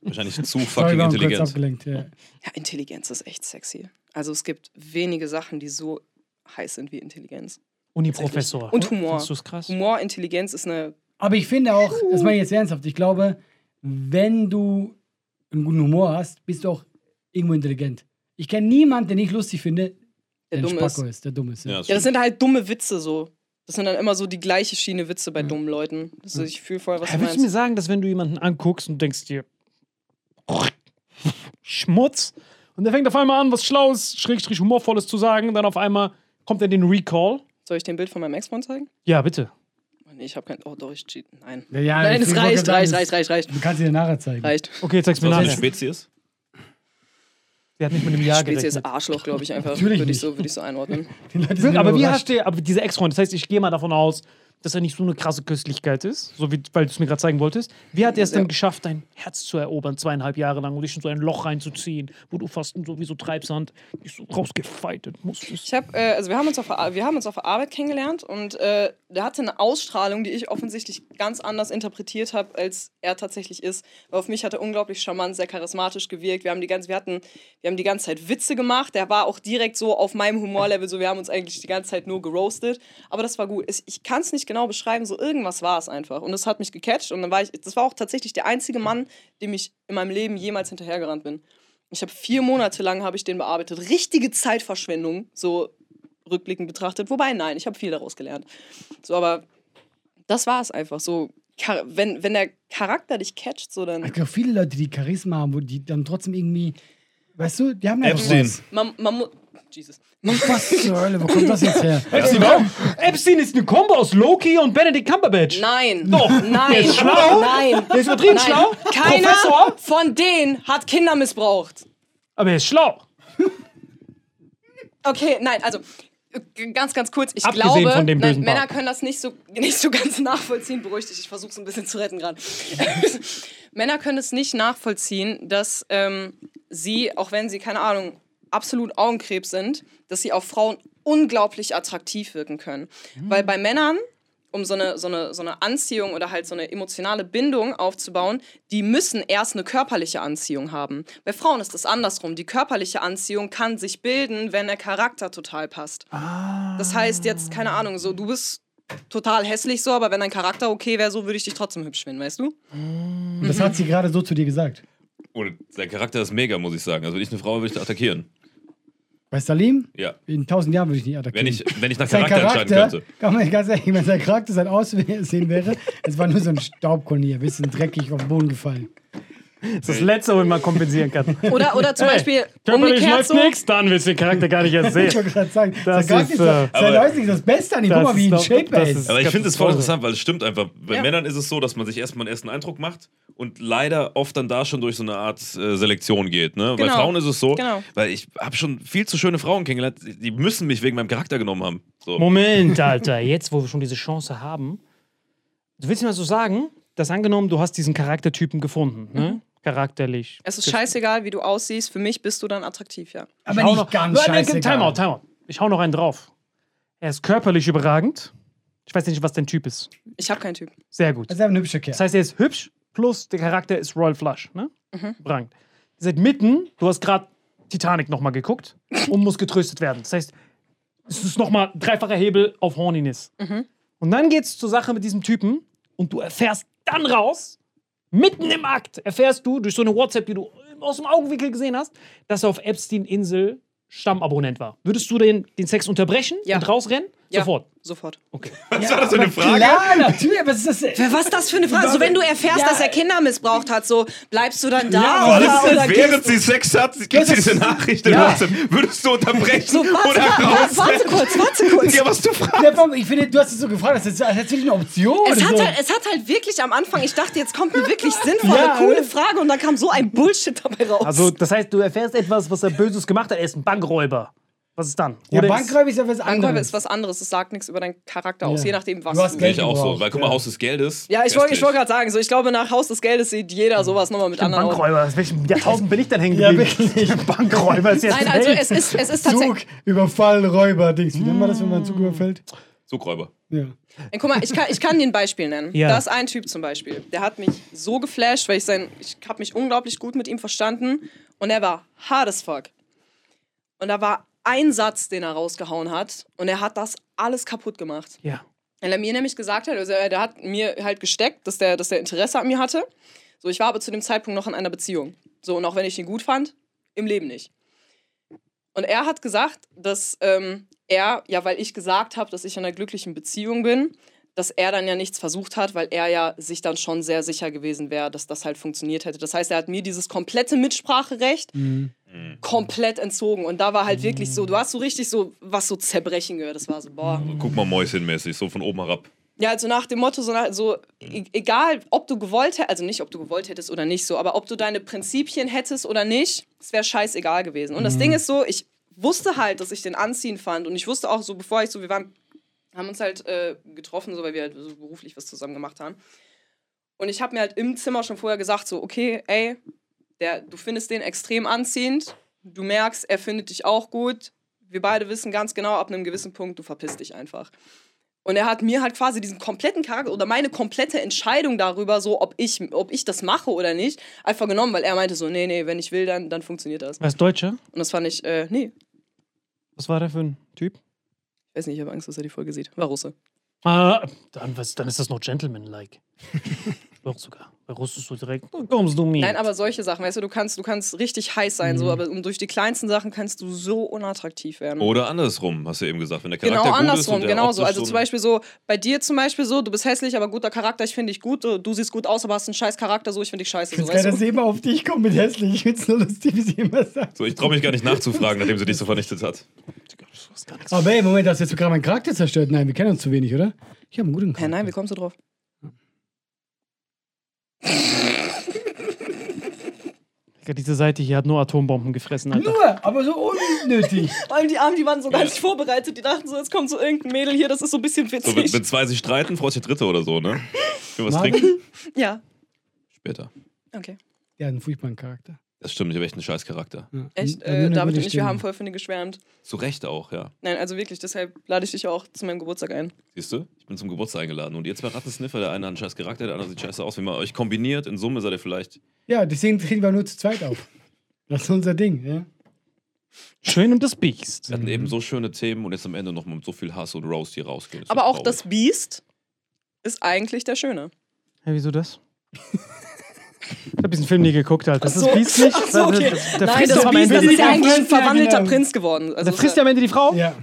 [SPEAKER 1] Wahrscheinlich zu
[SPEAKER 3] Sorry,
[SPEAKER 1] fucking
[SPEAKER 3] wir waren kurz
[SPEAKER 1] intelligent.
[SPEAKER 3] abgelenkt. Ja.
[SPEAKER 4] Ja, Intelligenz ist echt sexy. Also es gibt wenige Sachen, die so heiß sind wie Intelligenz.
[SPEAKER 2] Uni-Professor.
[SPEAKER 4] Und Humor.
[SPEAKER 2] Das ist krass.
[SPEAKER 4] Humor, Intelligenz ist eine.
[SPEAKER 3] Aber ich finde auch, das meine ich jetzt ernsthaft, ich glaube, wenn du einen guten Humor hast, bist du auch irgendwo intelligent. Ich kenne niemanden, den ich lustig finde,
[SPEAKER 4] Der
[SPEAKER 3] der, ein
[SPEAKER 4] dumm
[SPEAKER 3] Spacko ist. der dumm ist. Ja.
[SPEAKER 1] Ja,
[SPEAKER 4] Ja, das sind halt dumme Witze so. Das sind dann immer so die gleiche Schiene Witze
[SPEAKER 3] Mhm.
[SPEAKER 4] bei dummen Leuten. Das ist, ich fühle voll, was
[SPEAKER 2] Ja,
[SPEAKER 4] du
[SPEAKER 2] willst du mir
[SPEAKER 4] meinst.
[SPEAKER 2] sagen, dass wenn du jemanden anguckst und denkst dir Schmutz und der fängt auf einmal an, was Schlaues, Schrägstrich Humorvolles zu sagen, dann auf einmal kommt er in den Recall.
[SPEAKER 4] Soll ich dir ein Bild von meinem Ex-Freund zeigen?
[SPEAKER 2] Ja, bitte.
[SPEAKER 4] Oh, nee, ich habe kein. Oh, doch, ich cheat. Nein.
[SPEAKER 3] Ja, ja, ich
[SPEAKER 4] Nein, es
[SPEAKER 3] wollte
[SPEAKER 4] reicht,
[SPEAKER 3] gerade
[SPEAKER 4] reicht,
[SPEAKER 3] sagen,
[SPEAKER 4] reicht, reicht, reicht.
[SPEAKER 3] Du kannst dir den nachher zeigen.
[SPEAKER 4] Reicht.
[SPEAKER 2] Okay, zeig's mir
[SPEAKER 1] Was eine
[SPEAKER 2] nachher.
[SPEAKER 1] Spezies?
[SPEAKER 2] Sie hat nicht mit einem Jahr
[SPEAKER 4] Spezies
[SPEAKER 2] gerechnet.
[SPEAKER 4] Arschloch, glaube ich, einfach.
[SPEAKER 3] Natürlich
[SPEAKER 4] Würde ich,
[SPEAKER 3] nicht.
[SPEAKER 4] so, würde ich so einordnen.
[SPEAKER 3] Die Leute sind
[SPEAKER 2] Wirklich, aber
[SPEAKER 3] immer
[SPEAKER 2] wie hast
[SPEAKER 3] überrascht.
[SPEAKER 2] du, aber diese Ex-Freund, das heißt, ich gehe mal davon aus, dass er nicht so eine krasse Köstlichkeit ist, so wie, weil du es mir gerade zeigen wolltest. Wie hat er es denn geschafft, dein Herz zu erobern, zweieinhalb Jahre lang und dich in so ein Loch reinzuziehen, wo du fast so wie so Treibsand dich so rausgefeitet musstest?
[SPEAKER 4] Ich habe, äh, also wir haben uns auf der, Ar- wir haben uns auf der Arbeit kennengelernt und äh, der hatte eine Ausstrahlung, die ich offensichtlich ganz anders interpretiert habe, als er tatsächlich ist. Weil auf mich hat er unglaublich charmant, sehr charismatisch gewirkt. Wir haben die ganze, wir hatten, wir haben die ganze Zeit Witze gemacht. Der war auch direkt so auf meinem Humorlevel, so wir haben uns eigentlich die ganze Zeit nur geroastet. Aber das war gut. Es- Ich kann es nicht genau beschreiben, so irgendwas war es einfach und das hat mich gecatcht und dann war ich, das war auch tatsächlich der einzige Mann, dem ich in meinem Leben jemals hinterhergerannt bin. Ich habe vier Monate lang habe ich den bearbeitet. Richtige Zeitverschwendung, so rückblickend betrachtet. Wobei, nein, ich habe viel daraus gelernt. So, aber das war es einfach. So, Char- wenn, wenn der Charakter dich catcht, so
[SPEAKER 3] Es
[SPEAKER 4] dann.
[SPEAKER 3] gibt auch viele Leute, die Charisma haben, wo die dann trotzdem irgendwie, weißt du, die haben einfach
[SPEAKER 1] Epstein.
[SPEAKER 3] was.
[SPEAKER 4] Man, man mu- Jesus.
[SPEAKER 3] Was zur Hölle, wo kommt das jetzt her?
[SPEAKER 2] Epstein ist eine Kombo aus Loki und Benedict Cumberbatch.
[SPEAKER 4] Nein.
[SPEAKER 2] Doch.
[SPEAKER 4] Nein.
[SPEAKER 2] Der ist schlau.
[SPEAKER 4] Nein.
[SPEAKER 2] Der ist übertrieben
[SPEAKER 4] Nein.
[SPEAKER 2] schlau.
[SPEAKER 4] Keiner
[SPEAKER 2] Professor.
[SPEAKER 4] von denen hat Kinder missbraucht.
[SPEAKER 2] Aber er ist schlau.
[SPEAKER 4] Okay, nein, also g- ganz, ganz kurz. Ich
[SPEAKER 2] Abgesehen
[SPEAKER 4] glaube,
[SPEAKER 2] von dem
[SPEAKER 4] nein,
[SPEAKER 2] bösen
[SPEAKER 4] Männer
[SPEAKER 2] Bart.
[SPEAKER 4] können das nicht so, nicht so ganz nachvollziehen. Beruhigt dich, ich versuche es ein bisschen zu retten gerade. Männer können es nicht nachvollziehen, dass ähm, sie, auch wenn sie, keine Ahnung, absolut Augenkrebs sind, dass sie auf Frauen unglaublich attraktiv wirken können.
[SPEAKER 2] Hm.
[SPEAKER 4] Weil bei Männern um so eine, so, eine, so eine Anziehung oder halt so eine emotionale Bindung aufzubauen, die müssen erst eine körperliche Anziehung haben. Bei Frauen ist das andersrum. Die körperliche Anziehung kann sich bilden, wenn der Charakter total passt.
[SPEAKER 2] Ah.
[SPEAKER 4] Das heißt jetzt, keine Ahnung, so du bist total hässlich so, aber wenn dein Charakter okay wäre, so würde ich dich trotzdem hübsch finden, weißt du?
[SPEAKER 3] Und das hat sie gerade so zu dir gesagt.
[SPEAKER 1] Und sein Oh, Charakter ist mega, muss ich sagen. Also, wenn ich eine Frau wäre, würde ich da attackieren.
[SPEAKER 3] Bei Salim?
[SPEAKER 1] Ja.
[SPEAKER 3] In tausend Jahren würde ich nicht attackieren.
[SPEAKER 1] Wenn
[SPEAKER 4] Mhm.
[SPEAKER 1] ich, wenn ich nach
[SPEAKER 3] sein
[SPEAKER 1] Charakter, entscheiden
[SPEAKER 3] Charakter,
[SPEAKER 1] könnte.
[SPEAKER 3] kann man ganz ehrlich, wenn sein Charakter sein Aussehen wäre, es war nur so ein Staubkornier, bisschen dreckig auf den Boden gefallen.
[SPEAKER 2] Das ist das Letzte, womit man kompensieren kann.
[SPEAKER 4] Oder, oder zum Beispiel
[SPEAKER 2] Körperlich
[SPEAKER 4] umgekehrt
[SPEAKER 2] läuft
[SPEAKER 4] so.
[SPEAKER 2] nichts, dann willst du den Charakter gar nicht erst
[SPEAKER 3] Ich
[SPEAKER 2] sehen.
[SPEAKER 3] wollte gerade sagen,
[SPEAKER 2] Das
[SPEAKER 3] sein Charakter
[SPEAKER 2] ist,
[SPEAKER 3] ist,
[SPEAKER 2] äh,
[SPEAKER 3] doch- sein
[SPEAKER 1] aber-
[SPEAKER 3] Aussehen ist das Beste an ihm. Guck
[SPEAKER 2] das
[SPEAKER 3] mal, wie
[SPEAKER 2] ist
[SPEAKER 3] ein
[SPEAKER 2] doch-
[SPEAKER 3] Shape er
[SPEAKER 2] das
[SPEAKER 3] ist.
[SPEAKER 2] ist-
[SPEAKER 1] Aber ich
[SPEAKER 2] ganz
[SPEAKER 1] finde es voll
[SPEAKER 2] toll.
[SPEAKER 1] interessant, weil es stimmt einfach. Bei
[SPEAKER 4] Ja.
[SPEAKER 1] Männern ist es so, dass man sich erstmal einen ersten Eindruck macht und leider oft dann da schon durch so eine Art äh, Selektion geht. Ne? Bei
[SPEAKER 4] Genau.
[SPEAKER 1] Frauen ist es so,
[SPEAKER 4] Genau.
[SPEAKER 1] weil ich habe schon viel zu schöne Frauen kennengelernt, die müssen mich wegen meinem Charakter genommen haben. So.
[SPEAKER 2] Moment, Alter, jetzt, wo wir schon diese Chance haben, du willst mir mal so sagen, dass angenommen, du hast diesen Charaktertypen gefunden, ne? Charakterlich.
[SPEAKER 4] Mhm. Es ist scheißegal, wie du aussiehst. Für mich bist du dann attraktiv, ja.
[SPEAKER 2] Ich
[SPEAKER 3] Aber
[SPEAKER 2] hau
[SPEAKER 3] nicht
[SPEAKER 2] noch,
[SPEAKER 3] ganz
[SPEAKER 2] Nein, nein,
[SPEAKER 3] scheißegal.
[SPEAKER 2] Timeout, Timeout. Ich hau noch einen drauf. Er ist körperlich überragend. Ich weiß nicht, was dein Typ ist.
[SPEAKER 4] Ich habe keinen Typ.
[SPEAKER 2] Sehr gut.
[SPEAKER 3] Das ist einfach ein hübscher Kerl.
[SPEAKER 2] Das heißt, er ist hübsch, plus der Charakter ist Royal Flush, ne?
[SPEAKER 4] Mhm.
[SPEAKER 2] Überragend. Ihr seid mitten, du hast gerade Titanic nochmal geguckt und musst getröstet werden. Das heißt, es ist nochmal dreifacher Hebel auf Horniness.
[SPEAKER 4] Mhm.
[SPEAKER 2] Und dann geht's zur Sache mit diesem Typen und du erfährst dann raus, mitten im Akt, erfährst du durch so eine WhatsApp, die du aus dem Augenwinkel gesehen hast, dass er auf Epstein-Insel Stammabonnent war. Würdest du den, den Sex unterbrechen
[SPEAKER 4] Ja.
[SPEAKER 2] und rausrennen?
[SPEAKER 4] Ja.
[SPEAKER 2] Sofort.
[SPEAKER 4] Sofort.
[SPEAKER 2] Okay.
[SPEAKER 1] Was war das für eine Frage?
[SPEAKER 3] Klar, natürlich, aber was ist das? denn?
[SPEAKER 4] Was ist das für eine Frage? So, wenn du erfährst, dass er Kinder missbraucht hat, so bleibst du dann da?
[SPEAKER 3] Ja,
[SPEAKER 4] oder,
[SPEAKER 3] was ist
[SPEAKER 4] oder
[SPEAKER 1] Während sie Sex hat, gibt sie diese Nachricht in
[SPEAKER 3] Ja.
[SPEAKER 1] WhatsApp. Würdest du unterbrechen
[SPEAKER 4] So, warte,
[SPEAKER 1] oder
[SPEAKER 4] warte, warte,
[SPEAKER 1] rausrennen?
[SPEAKER 4] warte kurz, warte kurz.
[SPEAKER 1] Ja, was du fragst.
[SPEAKER 3] Ja, warum? Ich finde, du hast es so gefragt, das ist, als hättest du nicht eine Option.
[SPEAKER 4] Es
[SPEAKER 3] oder
[SPEAKER 4] hat,
[SPEAKER 3] so.
[SPEAKER 4] halt, es hat halt wirklich am Anfang, ich dachte, jetzt kommt eine wirklich sinnvolle,
[SPEAKER 3] Ja.
[SPEAKER 4] coole Frage und dann kam so ein Bullshit dabei raus.
[SPEAKER 2] Also, das heißt, du erfährst etwas, was er Böses gemacht hat. Er ist ein Bankräuber. Was ist dann?
[SPEAKER 3] ja,
[SPEAKER 2] Oder
[SPEAKER 3] Bankräuber ist ja was
[SPEAKER 4] Angabe
[SPEAKER 3] anderes.
[SPEAKER 4] ist was anderes, es sagt nichts über deinen Charakter aus,
[SPEAKER 3] Ja.
[SPEAKER 4] je nachdem, was
[SPEAKER 3] Du hast
[SPEAKER 4] du.
[SPEAKER 1] Sehe
[SPEAKER 3] Geld.
[SPEAKER 1] ich auch so,
[SPEAKER 3] Gebraucht,
[SPEAKER 1] weil guck mal,
[SPEAKER 3] ja.
[SPEAKER 1] Haus des Geldes.
[SPEAKER 4] Ja, ich wollte ich
[SPEAKER 1] Hässlich.
[SPEAKER 4] wollte gerade sagen, so, ich glaube, nach Haus des Geldes sieht jeder sowas nochmal mit
[SPEAKER 2] ist ein
[SPEAKER 4] anderen Augen.
[SPEAKER 2] Bankräuber. Aus welchem Jahrtausend bin ich denn hängen
[SPEAKER 3] Ja,
[SPEAKER 2] geblieben? Bankräuber ist jetzt
[SPEAKER 4] Nein, also
[SPEAKER 2] Welt.
[SPEAKER 4] es ist, es ist tatsächlich. Mm.
[SPEAKER 3] Zug, Überfall, Räuber, Dings. Wie nennt man das, wenn man einen Zug überfällt?
[SPEAKER 1] Zugräuber.
[SPEAKER 3] Ja.
[SPEAKER 4] Ey, Guck mal, ich kann, ich kann dir ein Beispiel nennen.
[SPEAKER 2] Ja.
[SPEAKER 4] Da ist ein Typ zum Beispiel, der hat mich so geflasht, weil ich sein, ich habe mich unglaublich gut mit ihm verstanden und er war hard as fuck. Und da war ein Satz, den er rausgehauen hat und er hat das alles kaputt gemacht.
[SPEAKER 2] Ja.
[SPEAKER 4] Weil er mir nämlich gesagt hat, also er der hat mir halt gesteckt, dass der, dass der Interesse an mir hatte. So, ich war aber zu dem Zeitpunkt noch in einer Beziehung. So, und auch wenn ich ihn gut fand, im Leben nicht. Und er hat gesagt, dass ähm, er, ja, weil ich gesagt habe, dass ich in einer glücklichen Beziehung bin, dass er dann ja nichts versucht hat, weil er ja sich dann schon sehr sicher gewesen wäre, dass das halt funktioniert hätte. Das heißt, er hat mir dieses komplette Mitspracherecht komplett entzogen. Und da war halt wirklich so, du hast so richtig so was so zerbrechen gehört. Das war so, boah.
[SPEAKER 1] Guck mal mäuschenmäßig, so von oben herab.
[SPEAKER 4] Ja, also nach dem Motto, so, nach, so e- egal, ob du gewollt hättest, also nicht, ob du gewollt hättest oder nicht, so, aber ob du deine Prinzipien hättest oder nicht, es wäre scheißegal gewesen. Und das Ding ist so, ich wusste halt, dass ich den anziehen fand und ich wusste auch so, bevor ich so, wir waren, haben uns halt äh, getroffen, so, weil wir halt so beruflich was zusammen gemacht haben. Und ich habe mir halt im Zimmer schon vorher gesagt, so, okay, ey, der, du findest den extrem anziehend, du merkst, er findet dich auch gut. Wir beide wissen ganz genau, ab einem gewissen Punkt, du verpisst dich einfach. Und er hat mir halt quasi diesen kompletten Charakter oder meine komplette Entscheidung darüber, so ob ich, ob ich das mache oder nicht, einfach genommen, weil er meinte so, nee, nee, wenn ich will, dann, dann funktioniert das.
[SPEAKER 2] Er ist Deutscher.
[SPEAKER 4] Und das fand ich, äh, nee,
[SPEAKER 2] Was war der für ein Typ?
[SPEAKER 4] ich weiß nicht, ich habe Angst, dass er die Folge sieht. War Russe.
[SPEAKER 2] Ah, dann, was, dann ist das noch Gentleman-like. Doch sogar. Bei Russen so direkt, "Na, Oh, kommst du mit.
[SPEAKER 4] Nein, aber solche Sachen, weißt du, du kannst, du kannst richtig heiß sein,
[SPEAKER 1] Mhm.
[SPEAKER 4] so, aber um durch die kleinsten Sachen kannst du so unattraktiv werden.
[SPEAKER 1] Oder andersrum, hast du eben gesagt. Wenn Oh, der Charakter
[SPEAKER 4] Genau
[SPEAKER 1] gut
[SPEAKER 4] andersrum,
[SPEAKER 1] ist und der
[SPEAKER 4] genau so.
[SPEAKER 1] optisch
[SPEAKER 4] Also
[SPEAKER 1] so
[SPEAKER 4] zum
[SPEAKER 1] ein-
[SPEAKER 4] Beispiel so, bei dir zum Beispiel so, du bist hässlich, aber guter Charakter, ich finde dich gut, du, du siehst gut aus, aber hast einen scheiß Charakter, so, ich finde dich scheiße. So,
[SPEAKER 3] Jetzt kann
[SPEAKER 4] weißt
[SPEAKER 3] das
[SPEAKER 4] du?
[SPEAKER 3] immer auf dich kommen mit hässlich. Ich find's nur lustig, wie sie immer sagt.
[SPEAKER 1] So, ich traue mich gar nicht nachzufragen, nachdem sie dich so vernichtet hat.
[SPEAKER 3] Aber ey, Moment, hast du jetzt gerade meinen Charakter zerstört? Nein, wir kennen uns zu wenig, oder? Ich habe einen guten
[SPEAKER 4] Hä,
[SPEAKER 3] Charakter.
[SPEAKER 4] nein, wie kommst du drauf?
[SPEAKER 2] Digga, Diese Seite hier hat nur Atombomben gefressen, Alter.
[SPEAKER 3] Nur, aber so unnötig.
[SPEAKER 4] Vor allem die Armen, die waren so gar nicht vorbereitet. Die dachten so, jetzt kommt so irgendein Mädel hier, das ist so ein bisschen
[SPEAKER 1] So, wenn,
[SPEAKER 4] witzig.
[SPEAKER 1] wenn zwei sich streiten, freut sich der Dritte oder so, ne? Für was
[SPEAKER 3] Marvin?
[SPEAKER 1] trinken?
[SPEAKER 4] ja,
[SPEAKER 1] Später.
[SPEAKER 4] okay.
[SPEAKER 3] Der hat einen furchtbaren Charakter.
[SPEAKER 1] Das stimmt, ich habe echt einen scheiß Charakter.
[SPEAKER 3] Ja.
[SPEAKER 4] Echt,
[SPEAKER 3] Ja, nur
[SPEAKER 4] äh,
[SPEAKER 3] eine
[SPEAKER 4] David
[SPEAKER 3] gute
[SPEAKER 4] und ich, wir
[SPEAKER 3] Stimme.
[SPEAKER 4] haben voll von dir geschwärmt.
[SPEAKER 1] Zu Recht auch, ja.
[SPEAKER 4] Nein, also wirklich, deshalb lade ich dich ja auch zu meinem Geburtstag ein.
[SPEAKER 1] Siehst du? Ich bin zum Geburtstag eingeladen. Und ihr zwei Rattensniffer, der eine hat einen scheiß Charakter, der andere sieht scheiße aus. Wenn man euch kombiniert, in Summe seid ihr vielleicht.
[SPEAKER 3] Ja, deswegen treten wir nur zu zweit auf. Das ist unser Ding, ja?
[SPEAKER 2] Schön und das Biest.
[SPEAKER 1] Wir hatten eben so schöne Themen und jetzt am Ende noch mal mit so viel Hass und Roast hier rausgehen.
[SPEAKER 4] Aber auch
[SPEAKER 1] das.
[SPEAKER 4] das Biest ist eigentlich der Schöne.
[SPEAKER 2] Hä, wieso das? Ich hab diesen Film nie geguckt, Alter. Das
[SPEAKER 4] Ach so.
[SPEAKER 2] ist Biest nicht.
[SPEAKER 4] Ach so, okay.
[SPEAKER 2] Der- der- Der
[SPEAKER 4] Nein,
[SPEAKER 2] frisst
[SPEAKER 4] das
[SPEAKER 2] ja am
[SPEAKER 4] Biest
[SPEAKER 2] Ende
[SPEAKER 4] das
[SPEAKER 2] die
[SPEAKER 4] ist ja
[SPEAKER 2] Frau.
[SPEAKER 4] eigentlich
[SPEAKER 3] Prinz,
[SPEAKER 4] ein
[SPEAKER 3] ja,
[SPEAKER 4] verwandelter
[SPEAKER 3] genau.
[SPEAKER 4] Prinz geworden. Also
[SPEAKER 2] Der frisst ja am Ende die Frau.
[SPEAKER 3] Ja.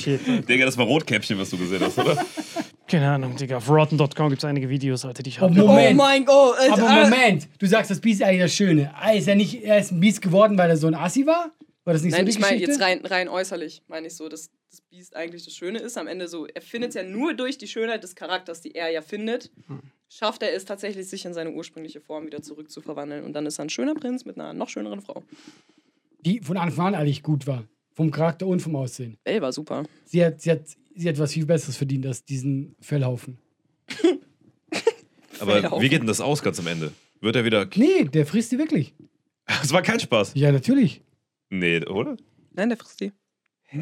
[SPEAKER 2] Shit.
[SPEAKER 1] Digga, das war Rotkäppchen, was du gesehen hast, oder?
[SPEAKER 2] Keine Ahnung, Digga. Auf rotten.com gibt's einige Videos, Alter, die ich
[SPEAKER 3] Oh,
[SPEAKER 2] habe.
[SPEAKER 3] Moment.
[SPEAKER 4] Oh mein Gott. äh,
[SPEAKER 3] Aber
[SPEAKER 4] äh,
[SPEAKER 3] Moment, du sagst, das Biest ist eigentlich das Schöne. Ah, Ist er, nicht, er ist ein Biest geworden, weil er so ein Assi war? War das nicht
[SPEAKER 4] Nein,
[SPEAKER 3] so
[SPEAKER 4] ich
[SPEAKER 3] die
[SPEAKER 4] meine
[SPEAKER 3] Geschichte?
[SPEAKER 4] jetzt rein, rein äußerlich, meine ich so, dass das Biest eigentlich das Schöne ist. Am Ende so, er findet es ja nur durch die Schönheit des Charakters, die er ja findet,
[SPEAKER 3] Hm.
[SPEAKER 4] schafft er es tatsächlich, sich in seine ursprüngliche Form wieder zurückzuverwandeln. Und dann ist er ein schöner Prinz mit einer noch schöneren Frau.
[SPEAKER 3] Die von Anfang an eigentlich gut war. Vom Charakter und vom Aussehen.
[SPEAKER 4] Bell war super.
[SPEAKER 3] Sie hat, sie hat, sie hat was viel Besseres verdient als diesen Fellhaufen.
[SPEAKER 1] Aber wie geht denn das aus ganz am Ende? Wird er wieder.
[SPEAKER 3] Nee, der frisst sie wirklich.
[SPEAKER 1] Das war kein Spaß.
[SPEAKER 3] Ja, natürlich.
[SPEAKER 1] Nee, oder?
[SPEAKER 4] Nein, der frisst die.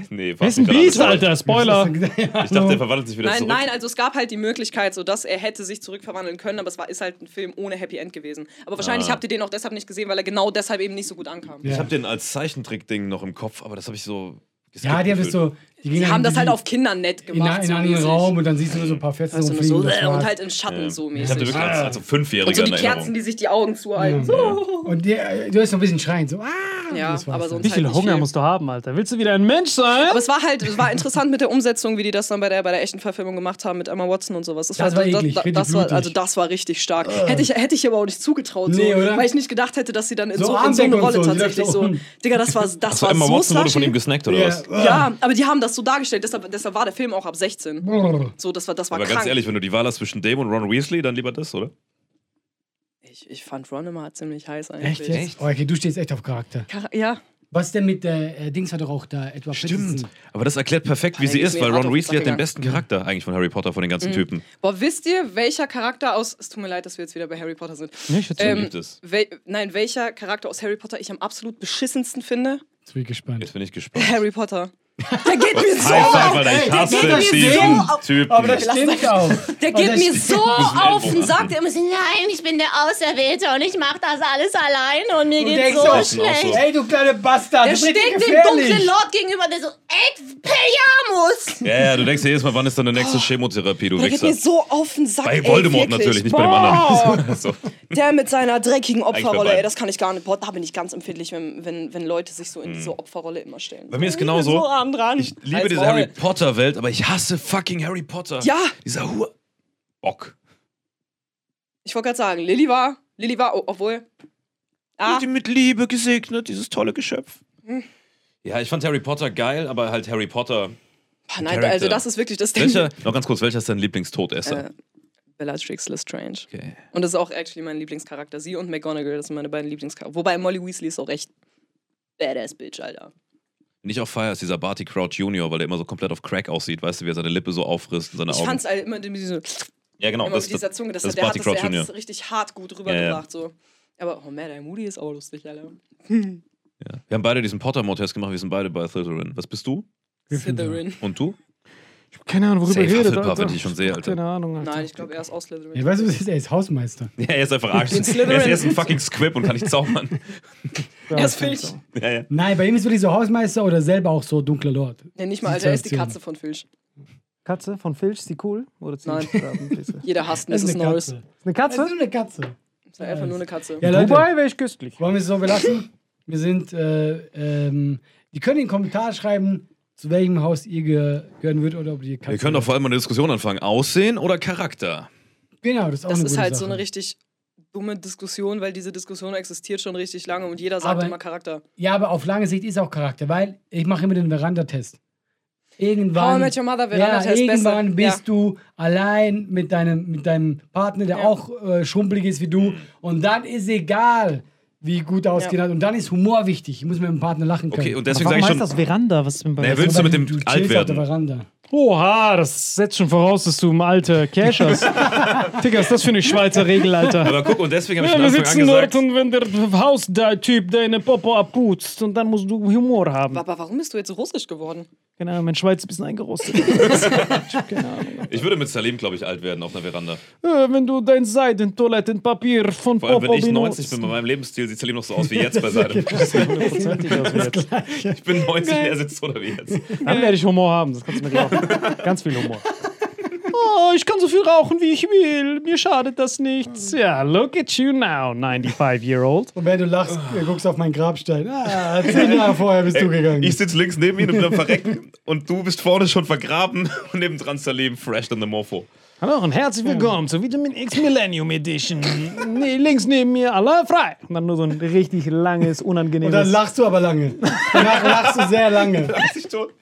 [SPEAKER 1] Nee,
[SPEAKER 2] Er
[SPEAKER 1] war's
[SPEAKER 2] ist ein
[SPEAKER 1] nicht gerade.
[SPEAKER 2] Biest, Alter. Spoiler.
[SPEAKER 1] Ich dachte, der verwandelt sich wieder
[SPEAKER 4] Nein,
[SPEAKER 1] zurück.
[SPEAKER 4] nein, also es gab halt die Möglichkeit, so dass er hätte sich zurückverwandeln können, aber es war, ist halt ein Film ohne Happy End gewesen. Aber wahrscheinlich
[SPEAKER 1] Ah.
[SPEAKER 4] habt ihr den auch deshalb nicht gesehen, weil er genau deshalb eben nicht so gut ankam.
[SPEAKER 1] Ich
[SPEAKER 3] Ja.
[SPEAKER 1] habe den als Zeichentrick-Ding noch im Kopf, aber das habe ich so. geskippt
[SPEAKER 3] Ja, die haben das
[SPEAKER 1] gefühlt.
[SPEAKER 3] so. Die gingen
[SPEAKER 4] Die haben
[SPEAKER 3] in
[SPEAKER 4] das halt
[SPEAKER 3] diesen-
[SPEAKER 4] auf Kinder nett
[SPEAKER 3] in,
[SPEAKER 4] gemacht.
[SPEAKER 3] in
[SPEAKER 4] so
[SPEAKER 3] einen anderen
[SPEAKER 4] mäßig.
[SPEAKER 3] Raum und dann siehst du nur so ein paar Fetzen
[SPEAKER 4] Weißt du, nur
[SPEAKER 3] rumfliegen.
[SPEAKER 4] so,
[SPEAKER 3] das
[SPEAKER 4] äh, und
[SPEAKER 3] war's.
[SPEAKER 4] halt im Schatten
[SPEAKER 1] Ja.
[SPEAKER 4] so
[SPEAKER 1] Ich hatte
[SPEAKER 4] mäßig.
[SPEAKER 1] wirklich als, als so Fünfjähriger
[SPEAKER 4] Und so die
[SPEAKER 1] in Erinnerung.
[SPEAKER 4] Kerzen, die sich die Augen
[SPEAKER 3] Mhm.
[SPEAKER 4] zuhalten. So.
[SPEAKER 3] Und der, äh, du hörst noch ein bisschen schreien, so, ah!
[SPEAKER 4] Ja,
[SPEAKER 3] das war's
[SPEAKER 4] aber
[SPEAKER 3] dann.
[SPEAKER 4] sonst
[SPEAKER 2] Wie
[SPEAKER 4] halt
[SPEAKER 2] viel
[SPEAKER 4] nicht
[SPEAKER 2] Hunger
[SPEAKER 4] viel.
[SPEAKER 2] musst du haben, Alter? Willst du wieder ein Mensch sein?
[SPEAKER 4] Aber es war halt, es war interessant mit der Umsetzung, wie die das dann bei der, bei der echten Verfilmung gemacht haben mit Emma Watson und sowas.
[SPEAKER 3] Das war eklig,
[SPEAKER 4] das,
[SPEAKER 3] richtig
[SPEAKER 4] das war,
[SPEAKER 3] blutig. Äh.
[SPEAKER 4] also das war richtig stark. Hätte ich, hätte ich aber auch nicht zugetraut, so,
[SPEAKER 3] Nee, oder?
[SPEAKER 4] weil ich nicht gedacht hätte, dass sie dann in
[SPEAKER 3] So
[SPEAKER 4] so, in so
[SPEAKER 3] Armdecken
[SPEAKER 4] eine
[SPEAKER 3] und
[SPEAKER 4] Rolle
[SPEAKER 3] so, die
[SPEAKER 4] tatsächlich
[SPEAKER 3] läuft so
[SPEAKER 4] so.
[SPEAKER 3] rum.
[SPEAKER 4] Digga, das war, das
[SPEAKER 1] Achso,
[SPEAKER 4] war
[SPEAKER 1] Also Emma
[SPEAKER 4] so
[SPEAKER 1] Watson wurde von ihm
[SPEAKER 4] slushy.
[SPEAKER 1] gesnackt oder was?
[SPEAKER 3] äh,
[SPEAKER 4] Ja, aber die haben das so dargestellt, deshalb, deshalb war der Film auch ab 16.
[SPEAKER 3] brrr.
[SPEAKER 4] So, das war, das war
[SPEAKER 1] Aber
[SPEAKER 4] krank.
[SPEAKER 1] ganz ehrlich, wenn du die Wahl hast zwischen dem und Ron Weasley, dann lieber das, oder?
[SPEAKER 4] ich, ich fand Ron immer ziemlich heiß
[SPEAKER 3] Echt
[SPEAKER 4] eigentlich.
[SPEAKER 3] jetzt? Oh, okay, du stehst echt auf Charakter.
[SPEAKER 4] Kar- Ja,
[SPEAKER 3] Was denn mit äh, äh, Dings hat doch auch da Edward Pattinson.
[SPEAKER 1] Aber das erklärt perfekt, wie
[SPEAKER 4] Alter,
[SPEAKER 1] sie
[SPEAKER 4] geht
[SPEAKER 1] ist,
[SPEAKER 4] mir
[SPEAKER 1] weil
[SPEAKER 4] hart
[SPEAKER 1] Ron
[SPEAKER 4] auf den
[SPEAKER 1] Weasley
[SPEAKER 4] Sack
[SPEAKER 1] hat den
[SPEAKER 4] gegangen. Mhm.
[SPEAKER 1] besten Charakter eigentlich von Harry Potter, von den ganzen Typen.
[SPEAKER 4] Boah, wisst ihr, welcher Charakter aus. Es tut mir leid, dass wir jetzt wieder bei Harry Potter sind.
[SPEAKER 2] Nee, ich würd's
[SPEAKER 4] Ähm,
[SPEAKER 1] Gibt es.
[SPEAKER 4] wel, nein, welcher Charakter aus Harry Potter ich am absolut beschissensten finde?
[SPEAKER 3] Jetzt bin ich gespannt.
[SPEAKER 1] Jetzt bin ich gespannt.
[SPEAKER 4] Harry Potter. Der geht mir so
[SPEAKER 1] High five,
[SPEAKER 4] auf.
[SPEAKER 1] Alter, ich
[SPEAKER 3] Ey, das
[SPEAKER 1] hasse
[SPEAKER 3] geht doch
[SPEAKER 4] nicht
[SPEAKER 1] diesen
[SPEAKER 4] so.
[SPEAKER 1] Typen.
[SPEAKER 3] Aber das
[SPEAKER 4] Lass
[SPEAKER 3] stimmt auch.
[SPEAKER 4] Der
[SPEAKER 3] Und
[SPEAKER 4] geht
[SPEAKER 3] das
[SPEAKER 4] mir
[SPEAKER 3] stimmt.
[SPEAKER 4] so auf den
[SPEAKER 1] Ellbogen.
[SPEAKER 4] Sack. Der immer so,
[SPEAKER 5] Nein, ich bin der Auserwählte und ich mache das alles allein und mir
[SPEAKER 3] Du
[SPEAKER 5] geht's
[SPEAKER 3] denkst
[SPEAKER 5] so
[SPEAKER 3] auch
[SPEAKER 1] so.
[SPEAKER 5] schlecht.
[SPEAKER 3] Ey, du kleine Bastard,
[SPEAKER 4] der
[SPEAKER 3] du bist
[SPEAKER 4] steht dem
[SPEAKER 3] gefährlich.
[SPEAKER 5] dunklen Lord gegenüber, der so, ey, Nostradamus!
[SPEAKER 1] Ja, ja, du denkst dir jedes Mal, wann ist dann der nächste Chemotherapie, du
[SPEAKER 4] Oh. Der geht mir
[SPEAKER 1] Wichser.
[SPEAKER 4] so auf den Sack.
[SPEAKER 1] Bei Voldemort
[SPEAKER 4] ey, wirklich.
[SPEAKER 1] natürlich, nicht bei dem
[SPEAKER 4] Boah.
[SPEAKER 1] anderen. So.
[SPEAKER 4] Der mit seiner dreckigen
[SPEAKER 1] Eigentlich bei
[SPEAKER 4] Opferrolle,
[SPEAKER 1] beiden.
[SPEAKER 4] ey, das kann ich gar nicht. Boah, da bin ich ganz empfindlich, wenn, wenn, wenn Leute sich so in diese Opferrolle immer stellen.
[SPEAKER 1] Hm. Bei mir ist
[SPEAKER 4] Ich
[SPEAKER 1] genau
[SPEAKER 4] bin
[SPEAKER 1] so.
[SPEAKER 4] arm dran.
[SPEAKER 1] Ich liebe
[SPEAKER 4] Als
[SPEAKER 1] diese
[SPEAKER 4] Maul.
[SPEAKER 1] Harry Potter-Welt, aber ich hasse fucking Harry Potter.
[SPEAKER 4] Ja.
[SPEAKER 1] Dieser Hur. Bock.
[SPEAKER 4] Ich wollte gerade sagen, Lilly war, Lilly war, oh, obwohl. Ah, Hm.
[SPEAKER 1] Die mit Liebe gesegnet, dieses tolle Geschöpf. Ja, ich fand Harry Potter geil, aber halt Harry Potter.
[SPEAKER 4] boah, nein,
[SPEAKER 1] Charakter.
[SPEAKER 4] also das ist wirklich das Ding.
[SPEAKER 1] Welcher, noch ganz kurz, welcher ist dein Lieblingstodesser?
[SPEAKER 4] Äh, Bellatrix Lestrange.
[SPEAKER 1] Okay.
[SPEAKER 4] Und das ist auch actually mein Lieblingscharakter. Sie und McGonagall, das sind meine beiden Lieblingscharakter. Wobei Molly Weasley ist auch echt badass Bitch, Alter.
[SPEAKER 1] Nicht auf Fire ist dieser Barty Crouch Junior, weil der immer so komplett auf Crack aussieht. Weißt du, wie er seine Lippe so aufrisst und seine
[SPEAKER 4] Ich
[SPEAKER 1] Augen.
[SPEAKER 4] fand's halt immer mit diesem-
[SPEAKER 1] ja, genau.
[SPEAKER 4] immer
[SPEAKER 1] Das,
[SPEAKER 4] mit dieser
[SPEAKER 1] das,
[SPEAKER 4] Zunge, das,
[SPEAKER 1] das ist
[SPEAKER 4] der, hat
[SPEAKER 1] Barty
[SPEAKER 4] das, der
[SPEAKER 1] Crouch
[SPEAKER 4] hat das
[SPEAKER 1] Jr..
[SPEAKER 4] richtig hart gut rübergebracht. So. Aber oh man, ey, Moody ist auch lustig, Alter.
[SPEAKER 1] ja. Wir haben beide diesen Pottermore-Test gemacht, wir sind beide bei Slytherin. Was bist du?
[SPEAKER 4] Slytherin.
[SPEAKER 1] Und du?
[SPEAKER 2] Keine Ahnung, worüber
[SPEAKER 1] Safe
[SPEAKER 2] ihr redet.
[SPEAKER 1] Hufflepuff,
[SPEAKER 2] Alter.
[SPEAKER 1] wenn ich schon sehe, Alter.
[SPEAKER 2] Keine Ahnung, Alter.
[SPEAKER 4] Nein, ich glaube, er ist aus Slytherin.
[SPEAKER 3] Ich weiß, was es ist. Er ist Hausmeister.
[SPEAKER 1] Ja, er ist einfach Arsch.
[SPEAKER 4] Den
[SPEAKER 1] Er
[SPEAKER 4] Slytherin.
[SPEAKER 1] ist erst ein fucking Squib und kann nicht zaubern.
[SPEAKER 2] Ja,
[SPEAKER 4] Er ist
[SPEAKER 2] keine
[SPEAKER 4] Filch.
[SPEAKER 2] Ahnung.
[SPEAKER 1] ja, ja.
[SPEAKER 3] Nein, bei ihm ist wirklich so Hausmeister oder selber auch so dunkler Lord.
[SPEAKER 4] Nee, nicht mal, Alter, er ist die
[SPEAKER 3] Situation.
[SPEAKER 4] Katze von Filch.
[SPEAKER 2] Katze von Filch, ist die cool? Oder zieht
[SPEAKER 4] Nein.
[SPEAKER 2] die Rabenpisse?
[SPEAKER 4] Jeder hasst
[SPEAKER 3] Das ist
[SPEAKER 4] Mrs.
[SPEAKER 3] eine
[SPEAKER 4] Norris.
[SPEAKER 2] Eine
[SPEAKER 3] Katze. Das ist
[SPEAKER 2] Katze?
[SPEAKER 3] nur eine Katze.
[SPEAKER 4] Das ist einfach nur eine Katze.
[SPEAKER 3] Ja, Leute,
[SPEAKER 2] Wobei wäre ich köstlich.
[SPEAKER 3] wollen wir es so belassen? Wir sind, äh, ähm, die können in den Kommentar schreiben, zu welchem Haus ihr ge- gehören würdet oder ob ihr Katze
[SPEAKER 1] Wir können doch vor allem mal eine Diskussion anfangen. Aussehen oder Charakter?
[SPEAKER 3] Genau, das ist auch
[SPEAKER 4] Das
[SPEAKER 3] eine
[SPEAKER 4] ist
[SPEAKER 3] gute
[SPEAKER 4] halt so
[SPEAKER 3] Sache.
[SPEAKER 4] eine richtig dumme Diskussion, weil diese Diskussion existiert schon richtig lange und jeder sagt
[SPEAKER 3] Aber-
[SPEAKER 4] immer Charakter.
[SPEAKER 3] Ja, aber auf lange Sicht ist auch Charakter, weil ich mache immer den Veranda-Test.
[SPEAKER 4] How I
[SPEAKER 3] Irgendwann,
[SPEAKER 4] Met Your Mother wäre
[SPEAKER 3] ja,
[SPEAKER 4] ja, besser.
[SPEAKER 3] irgendwann bist du allein mit deinem, mit deinem Partner, der
[SPEAKER 4] Ja.
[SPEAKER 3] auch äh, schrumpelig ist wie du. Und dann ist egal, wie gut er ausgehen
[SPEAKER 4] Ja.
[SPEAKER 3] hat. Und dann ist Humor wichtig. Ich muss mit meinem Partner lachen können.
[SPEAKER 1] Okay, und deswegen sage
[SPEAKER 2] Warum
[SPEAKER 1] ich
[SPEAKER 2] heißt
[SPEAKER 1] schon.
[SPEAKER 2] das Veranda? Was ist denn bei
[SPEAKER 1] Naja, willst du mit dem
[SPEAKER 3] du chillst
[SPEAKER 1] alt
[SPEAKER 3] auf der
[SPEAKER 1] werden?
[SPEAKER 3] Veranda.
[SPEAKER 2] Oha, das setzt schon voraus, dass du im Alter Cash hast. Digga, ist das für eine Schweizer Regel, Alter?
[SPEAKER 1] Aber guck, und deswegen habe ich
[SPEAKER 2] Ja,
[SPEAKER 1] schon
[SPEAKER 2] wir
[SPEAKER 1] Anfang
[SPEAKER 2] sitzen dort
[SPEAKER 1] angesagt.
[SPEAKER 2] und wenn der Haus-Typ deine Popo abputzt und dann musst du Humor haben.
[SPEAKER 4] Aber warum bist du jetzt russisch geworden?
[SPEAKER 2] Keine Ahnung, mein Schweiz ist ein bisschen eingerostet.
[SPEAKER 1] Ich würde mit Salim, glaube ich, alt werden auf einer Veranda.
[SPEAKER 2] Äh, wenn du dein Seidentoilettenpapier von
[SPEAKER 1] Vor allem,
[SPEAKER 2] Popo
[SPEAKER 1] wenn ich 90
[SPEAKER 2] benutzt.
[SPEAKER 1] bin bei meinem Lebensstil, sieht Salim noch so aus wie jetzt bei seinem. Ich bin 90, er sitzt so oder wie jetzt.
[SPEAKER 2] also Dann werde ich Humor haben, das kannst du mir glauben. Ganz viel Humor. Oh, ich kann so viel rauchen, wie ich will. Mir schadet das nichts. Ja, look at you now, 95-year-old.
[SPEAKER 3] Und wenn du lachst,
[SPEAKER 4] Oh.
[SPEAKER 3] äh, guckst auf meinen Grabstein. Ah, zehn Jahre vorher bist du gegangen.
[SPEAKER 1] Ich sitze links neben ihm und bin am Verrecken und du bist vorne schon vergraben und nebendran Salim, fresh than the Morpho.
[SPEAKER 2] Hallo und herzlich willkommen zur Vitamin X Millennium Edition. Nee, links neben mir, alle frei. Und dann nur so ein richtig langes,
[SPEAKER 3] und dann
[SPEAKER 2] unangenehmes.
[SPEAKER 3] lachst du aber lange. Danach lachst du sehr lange.
[SPEAKER 1] Lass dich tot.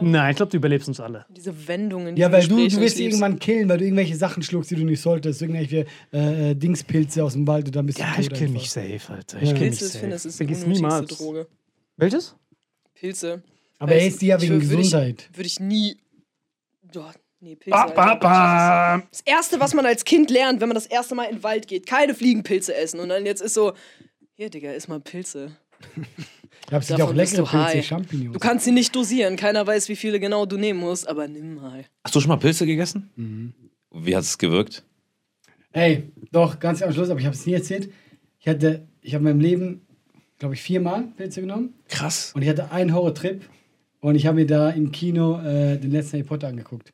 [SPEAKER 2] Nein, ich glaube, du überlebst uns alle.
[SPEAKER 4] Diese Wendungen.
[SPEAKER 3] Ja,
[SPEAKER 4] diese
[SPEAKER 3] weil du,
[SPEAKER 4] Gespräche,
[SPEAKER 3] du
[SPEAKER 4] ich
[SPEAKER 3] wirst
[SPEAKER 4] lieb's.
[SPEAKER 3] irgendwann killen, weil du irgendwelche Sachen schluckst, die du nicht solltest. Irgendwelche äh, äh, Dingspilze aus dem Wald und dann bist
[SPEAKER 2] Ja,
[SPEAKER 3] du
[SPEAKER 2] ich
[SPEAKER 3] tot
[SPEAKER 2] kill
[SPEAKER 3] einfach.
[SPEAKER 2] mich safe, Alter. Ich
[SPEAKER 3] Ja.
[SPEAKER 2] kill mich
[SPEAKER 4] Pilze, ich finde,
[SPEAKER 2] safe.
[SPEAKER 4] das ist die
[SPEAKER 2] Vergiss
[SPEAKER 4] unnötigste
[SPEAKER 2] niemals.
[SPEAKER 4] Droge.
[SPEAKER 2] Welches?
[SPEAKER 4] Pilze.
[SPEAKER 3] Aber er isst die ja wegen Gesundheit.
[SPEAKER 4] Würde ich nie. Ja, nee, Pilze.
[SPEAKER 2] Ba, ba,
[SPEAKER 4] Alter.
[SPEAKER 2] ba.
[SPEAKER 4] Das Erste, was man als Kind lernt, wenn man das erste Mal in den Wald geht, keine Fliegenpilze essen. Und dann jetzt ist so, hier, Digga, iss mal Pilze.
[SPEAKER 3] Ich glaube, es gibt
[SPEAKER 4] Davon
[SPEAKER 3] auch leckere
[SPEAKER 4] bist du
[SPEAKER 3] Pilze,
[SPEAKER 4] high.
[SPEAKER 3] Champignons.
[SPEAKER 4] Du kannst sie nicht dosieren, keiner weiß, wie viele genau du nehmen musst, aber nimm mal.
[SPEAKER 1] Hast du schon mal Pilze gegessen?
[SPEAKER 2] Mhm.
[SPEAKER 1] Wie hat es gewirkt?
[SPEAKER 3] Ey, doch, ganz am Schluss, aber ich habe es nie erzählt. Ich hatte, ich habe in meinem Leben, glaube ich, viermal Pilze genommen.
[SPEAKER 1] Krass.
[SPEAKER 3] Und ich hatte einen Horror-Trip. Und ich habe mir da im Kino äh, den letzten Harry Potter angeguckt.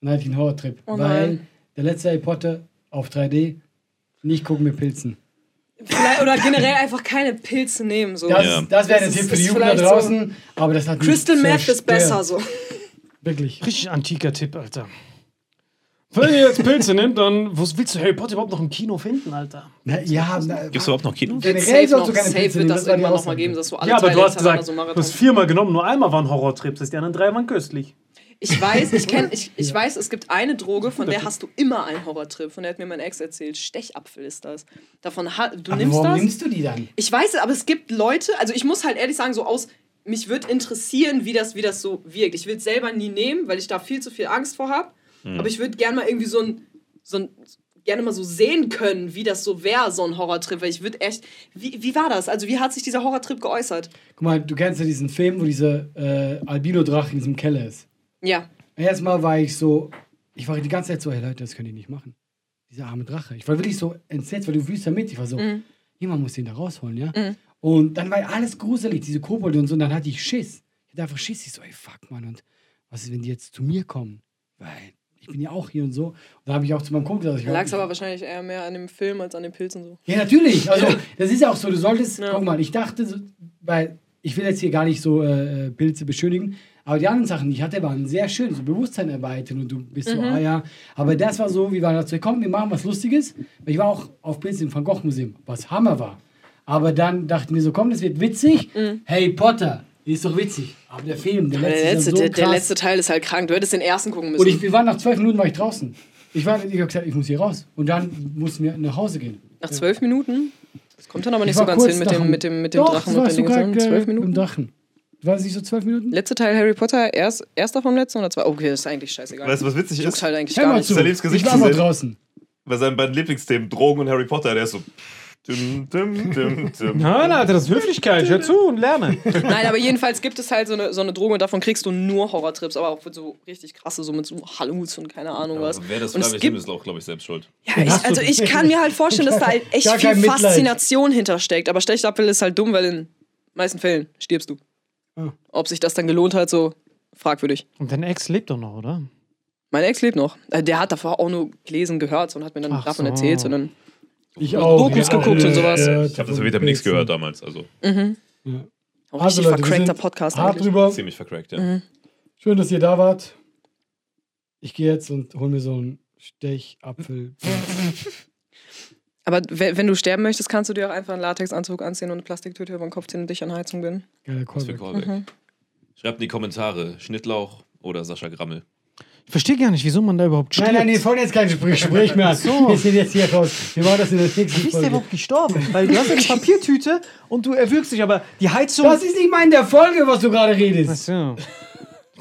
[SPEAKER 3] Und dann hatte ich einen Horror-Trip.
[SPEAKER 4] Oh
[SPEAKER 3] weil
[SPEAKER 4] nein.
[SPEAKER 3] der letzte Harry Potter auf 3D nicht gucken mit Pilzen.
[SPEAKER 4] Vielleicht, oder generell einfach keine Pilze nehmen. So.
[SPEAKER 3] Das,
[SPEAKER 1] Ja.
[SPEAKER 3] das wäre der
[SPEAKER 4] Das
[SPEAKER 3] Tipp
[SPEAKER 4] ist-
[SPEAKER 3] für die
[SPEAKER 4] ist
[SPEAKER 3] Jugend da
[SPEAKER 4] vielleicht so-
[SPEAKER 3] draußen. aber das hat mich
[SPEAKER 4] Crystal Meth ist
[SPEAKER 3] zerstört.
[SPEAKER 4] besser so.
[SPEAKER 3] Wirklich.
[SPEAKER 2] Richtig antiker Tipp, Alter. Wenn ihr jetzt Pilze nehmt, dann wo willst du Harry Potter überhaupt noch im Kino finden, Alter?
[SPEAKER 3] Na, ja, na,
[SPEAKER 1] Gibt es überhaupt noch Kino?
[SPEAKER 2] Äh,
[SPEAKER 3] generell
[SPEAKER 4] safe
[SPEAKER 3] sollst
[SPEAKER 4] noch,
[SPEAKER 3] du keine
[SPEAKER 4] safe
[SPEAKER 3] Pilze nehmen.
[SPEAKER 4] wird das
[SPEAKER 3] Das war die
[SPEAKER 4] irgendwann nochmal
[SPEAKER 3] Aussage.
[SPEAKER 4] geben, dass du alle
[SPEAKER 2] Ja, aber
[SPEAKER 4] Teile
[SPEAKER 2] du hast
[SPEAKER 4] hintereinander
[SPEAKER 2] gesagt,
[SPEAKER 4] so
[SPEAKER 2] du
[SPEAKER 4] Marathon.
[SPEAKER 2] hast viermal genommen, nur einmal waren Horrortrips, das die anderen drei waren köstlich.
[SPEAKER 4] Ich weiß, ich kenne, ich, ich weiß, es gibt eine Droge, von der hast du immer einen Horrortrip. Von der hat mir mein Ex erzählt. Stechapfel ist das. Davon ha du
[SPEAKER 3] Aber
[SPEAKER 4] nimmst
[SPEAKER 3] warum
[SPEAKER 4] das.
[SPEAKER 3] nimmst du die dann?
[SPEAKER 4] Ich weiß, aber es gibt Leute, also ich muss halt ehrlich sagen, so aus, mich würde interessieren, wie das, wie das so wirkt. Ich will es selber nie nehmen, weil ich da viel zu viel Angst vor habe. Aber ich würde gerne mal irgendwie so ein, so ein, gerne mal so sehen können, wie das so wäre, so ein Horrortrip. Weil ich würde echt, wie, wie war das? Also wie hat sich dieser Horrortrip geäußert?
[SPEAKER 3] Guck mal, du kennst ja diesen Film, wo dieser äh, Albino-Drache in diesem Keller ist.
[SPEAKER 4] Ja.
[SPEAKER 3] Erstmal war ich so, ich war die ganze Zeit so, hey Leute, das könnt ihr nicht machen. Dieser arme Drache. Ich war wirklich so entsetzt, weil du fühlst ja mit. Ich war so,
[SPEAKER 4] Mhm.
[SPEAKER 3] jemand muss den da rausholen, ja? Und dann war alles gruselig, diese Kobolde und so. Und dann hatte ich Schiss. Ich hatte einfach Schiss. Ich so, ey, fuck, Mann. Und was ist, wenn die jetzt zu mir kommen? Weil ich bin ja auch hier und so. Und da habe ich auch zu meinem Kumpel gesagt, ich
[SPEAKER 4] Da lag es aber wahrscheinlich eher mehr an dem Film als an den Pilzen so.
[SPEAKER 3] Ja, natürlich. Also, das ist ja auch so. Du solltest,
[SPEAKER 4] Ja.
[SPEAKER 3] guck mal, ich dachte, so- weil ich will jetzt hier gar nicht so äh, Pilze beschönigen, aber die anderen Sachen, die ich hatte, waren sehr schön. So Bewusstsein erweitern und du bist
[SPEAKER 4] Mhm.
[SPEAKER 3] so, ah ja. Aber das war so, wie war das so, komm, wir machen was Lustiges. Ich war auch auf Pilze im Van Gogh Museum, was Hammer war. Aber dann dachten wir so, komm, das wird witzig. Harry Potter ist doch witzig. Aber der Film, der
[SPEAKER 4] Mhm. Der,
[SPEAKER 3] letzte,
[SPEAKER 4] letzte,
[SPEAKER 3] ist ja so
[SPEAKER 4] Äh, der, der
[SPEAKER 3] krass.
[SPEAKER 4] letzte Teil ist halt krank. Du hättest den ersten gucken müssen.
[SPEAKER 3] Und ich, wir waren nach zwölf Minuten war ich draußen. Ich war, ich hab gesagt, ich muss hier raus. Und dann mussten wir nach Hause gehen.
[SPEAKER 4] Nach zwölf Minuten? Das kommt dann aber nicht
[SPEAKER 3] Ich
[SPEAKER 4] so
[SPEAKER 3] war
[SPEAKER 4] ganz
[SPEAKER 3] kurz
[SPEAKER 4] hin mit
[SPEAKER 3] nach
[SPEAKER 4] dem, mit dem, mit dem
[SPEAKER 3] Doch, das
[SPEAKER 4] Drachen und
[SPEAKER 3] war
[SPEAKER 4] den Dingen.
[SPEAKER 3] sogar, äh,
[SPEAKER 4] Zwölf
[SPEAKER 3] Mit dem
[SPEAKER 4] Minuten?
[SPEAKER 3] Drachen. War es nicht so zwölf Minuten?
[SPEAKER 4] Letzter Teil Harry Potter, erst, erster vom letzten oder zwei? Oh, Okay, das ist eigentlich scheißegal.
[SPEAKER 1] Weißt du, was witzig
[SPEAKER 4] Juckt
[SPEAKER 1] ist?
[SPEAKER 4] halt eigentlich
[SPEAKER 3] Hör
[SPEAKER 4] gar
[SPEAKER 3] mal
[SPEAKER 4] nicht.
[SPEAKER 3] zu.
[SPEAKER 1] Salibs Gesicht
[SPEAKER 3] Ich war mal
[SPEAKER 1] zu sehen.
[SPEAKER 3] draußen.
[SPEAKER 1] Bei seinen beiden Lieblingsthemen, Drogen und Harry Potter, der ist so. Dim, dim, dim, dim.
[SPEAKER 2] Nein, Alter, das ist Höflichkeit. Hör zu und lerne.
[SPEAKER 4] Nein, aber jedenfalls gibt es halt so eine, so eine Droge und davon kriegst du nur Horrortrips, aber auch so richtig krasse, so mit so Halluts und keine Ahnung was.
[SPEAKER 1] Also Wer das
[SPEAKER 4] und
[SPEAKER 1] freiwillig
[SPEAKER 4] es
[SPEAKER 1] nimmt,
[SPEAKER 4] gibt,
[SPEAKER 1] ist auch, glaube ich, selbst schuld.
[SPEAKER 4] ja, ich, also ich kann mir halt vorstellen, dass da halt echt
[SPEAKER 3] Gar
[SPEAKER 4] viel
[SPEAKER 3] kein Mitleid.
[SPEAKER 4] Faszination hintersteckt. Aber Stechapfel ist halt dumm, weil in meisten Fällen stirbst du.
[SPEAKER 3] Ah.
[SPEAKER 4] Ob sich das dann gelohnt hat, so fragwürdig.
[SPEAKER 2] Und dein Ex lebt doch noch, oder?
[SPEAKER 4] Mein Ex lebt noch. Äh, Der hat davor auch nur gelesen, gehört so, und hat mir dann
[SPEAKER 2] Ach
[SPEAKER 4] davon
[SPEAKER 2] so.
[SPEAKER 4] erzählt. Und dann,
[SPEAKER 3] Ich auch.
[SPEAKER 4] Dokus
[SPEAKER 3] Ja,
[SPEAKER 4] geguckt und sowas.
[SPEAKER 3] äh,
[SPEAKER 1] Ich habe das wieder nichts gehört damals, also
[SPEAKER 4] mhm. auch
[SPEAKER 3] Also Leute, wir
[SPEAKER 4] richtig vercrackter
[SPEAKER 3] sind
[SPEAKER 4] Podcast
[SPEAKER 3] hart
[SPEAKER 4] eigentlich.
[SPEAKER 3] drüber.
[SPEAKER 1] ziemlich vercrackt, ja.
[SPEAKER 4] Mhm.
[SPEAKER 3] Schön, dass ihr da wart. Ich gehe jetzt und hol mir so einen Stechapfel.
[SPEAKER 4] Aber we- wenn du sterben möchtest, kannst du dir auch einfach einen Latexanzug anziehen und eine Plastiktüte über den Kopf ziehen und dich an Heizung binden.
[SPEAKER 3] Geiler
[SPEAKER 1] Was für ein
[SPEAKER 3] Callback.
[SPEAKER 1] Callback.
[SPEAKER 4] Mhm.
[SPEAKER 1] Schreibt in die Kommentare, Schnittlauch oder Sascha Grammel.
[SPEAKER 2] Ich verstehe gar nicht, wieso man da überhaupt stirbt.
[SPEAKER 3] Nein, nein, nee, von jetzt kein Gespräch, Gespräch mehr. Wir sind jetzt hier raus. Wir machen das in der
[SPEAKER 2] Wie
[SPEAKER 3] nächsten
[SPEAKER 2] ist der
[SPEAKER 3] Folge.
[SPEAKER 2] überhaupt gestorben? Weil du hast ja eine Papiertüte und du erwürgst dich, aber die Heizung.
[SPEAKER 3] Das ist nicht mal in der Folge, was du gerade redest.
[SPEAKER 2] Achso.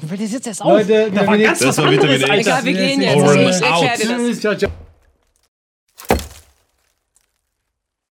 [SPEAKER 2] Weil die sitzt erst auf.
[SPEAKER 3] Leute,
[SPEAKER 2] da war
[SPEAKER 3] Dominik-
[SPEAKER 2] ganz
[SPEAKER 1] Das
[SPEAKER 2] was
[SPEAKER 1] war Vitamin
[SPEAKER 2] anderes,
[SPEAKER 1] X.
[SPEAKER 2] Alter.
[SPEAKER 4] Egal, wir gehen jetzt.
[SPEAKER 1] Over
[SPEAKER 4] Ich
[SPEAKER 1] and out.
[SPEAKER 4] erkläre dir das.
[SPEAKER 3] Tschüss, ciao, ciao.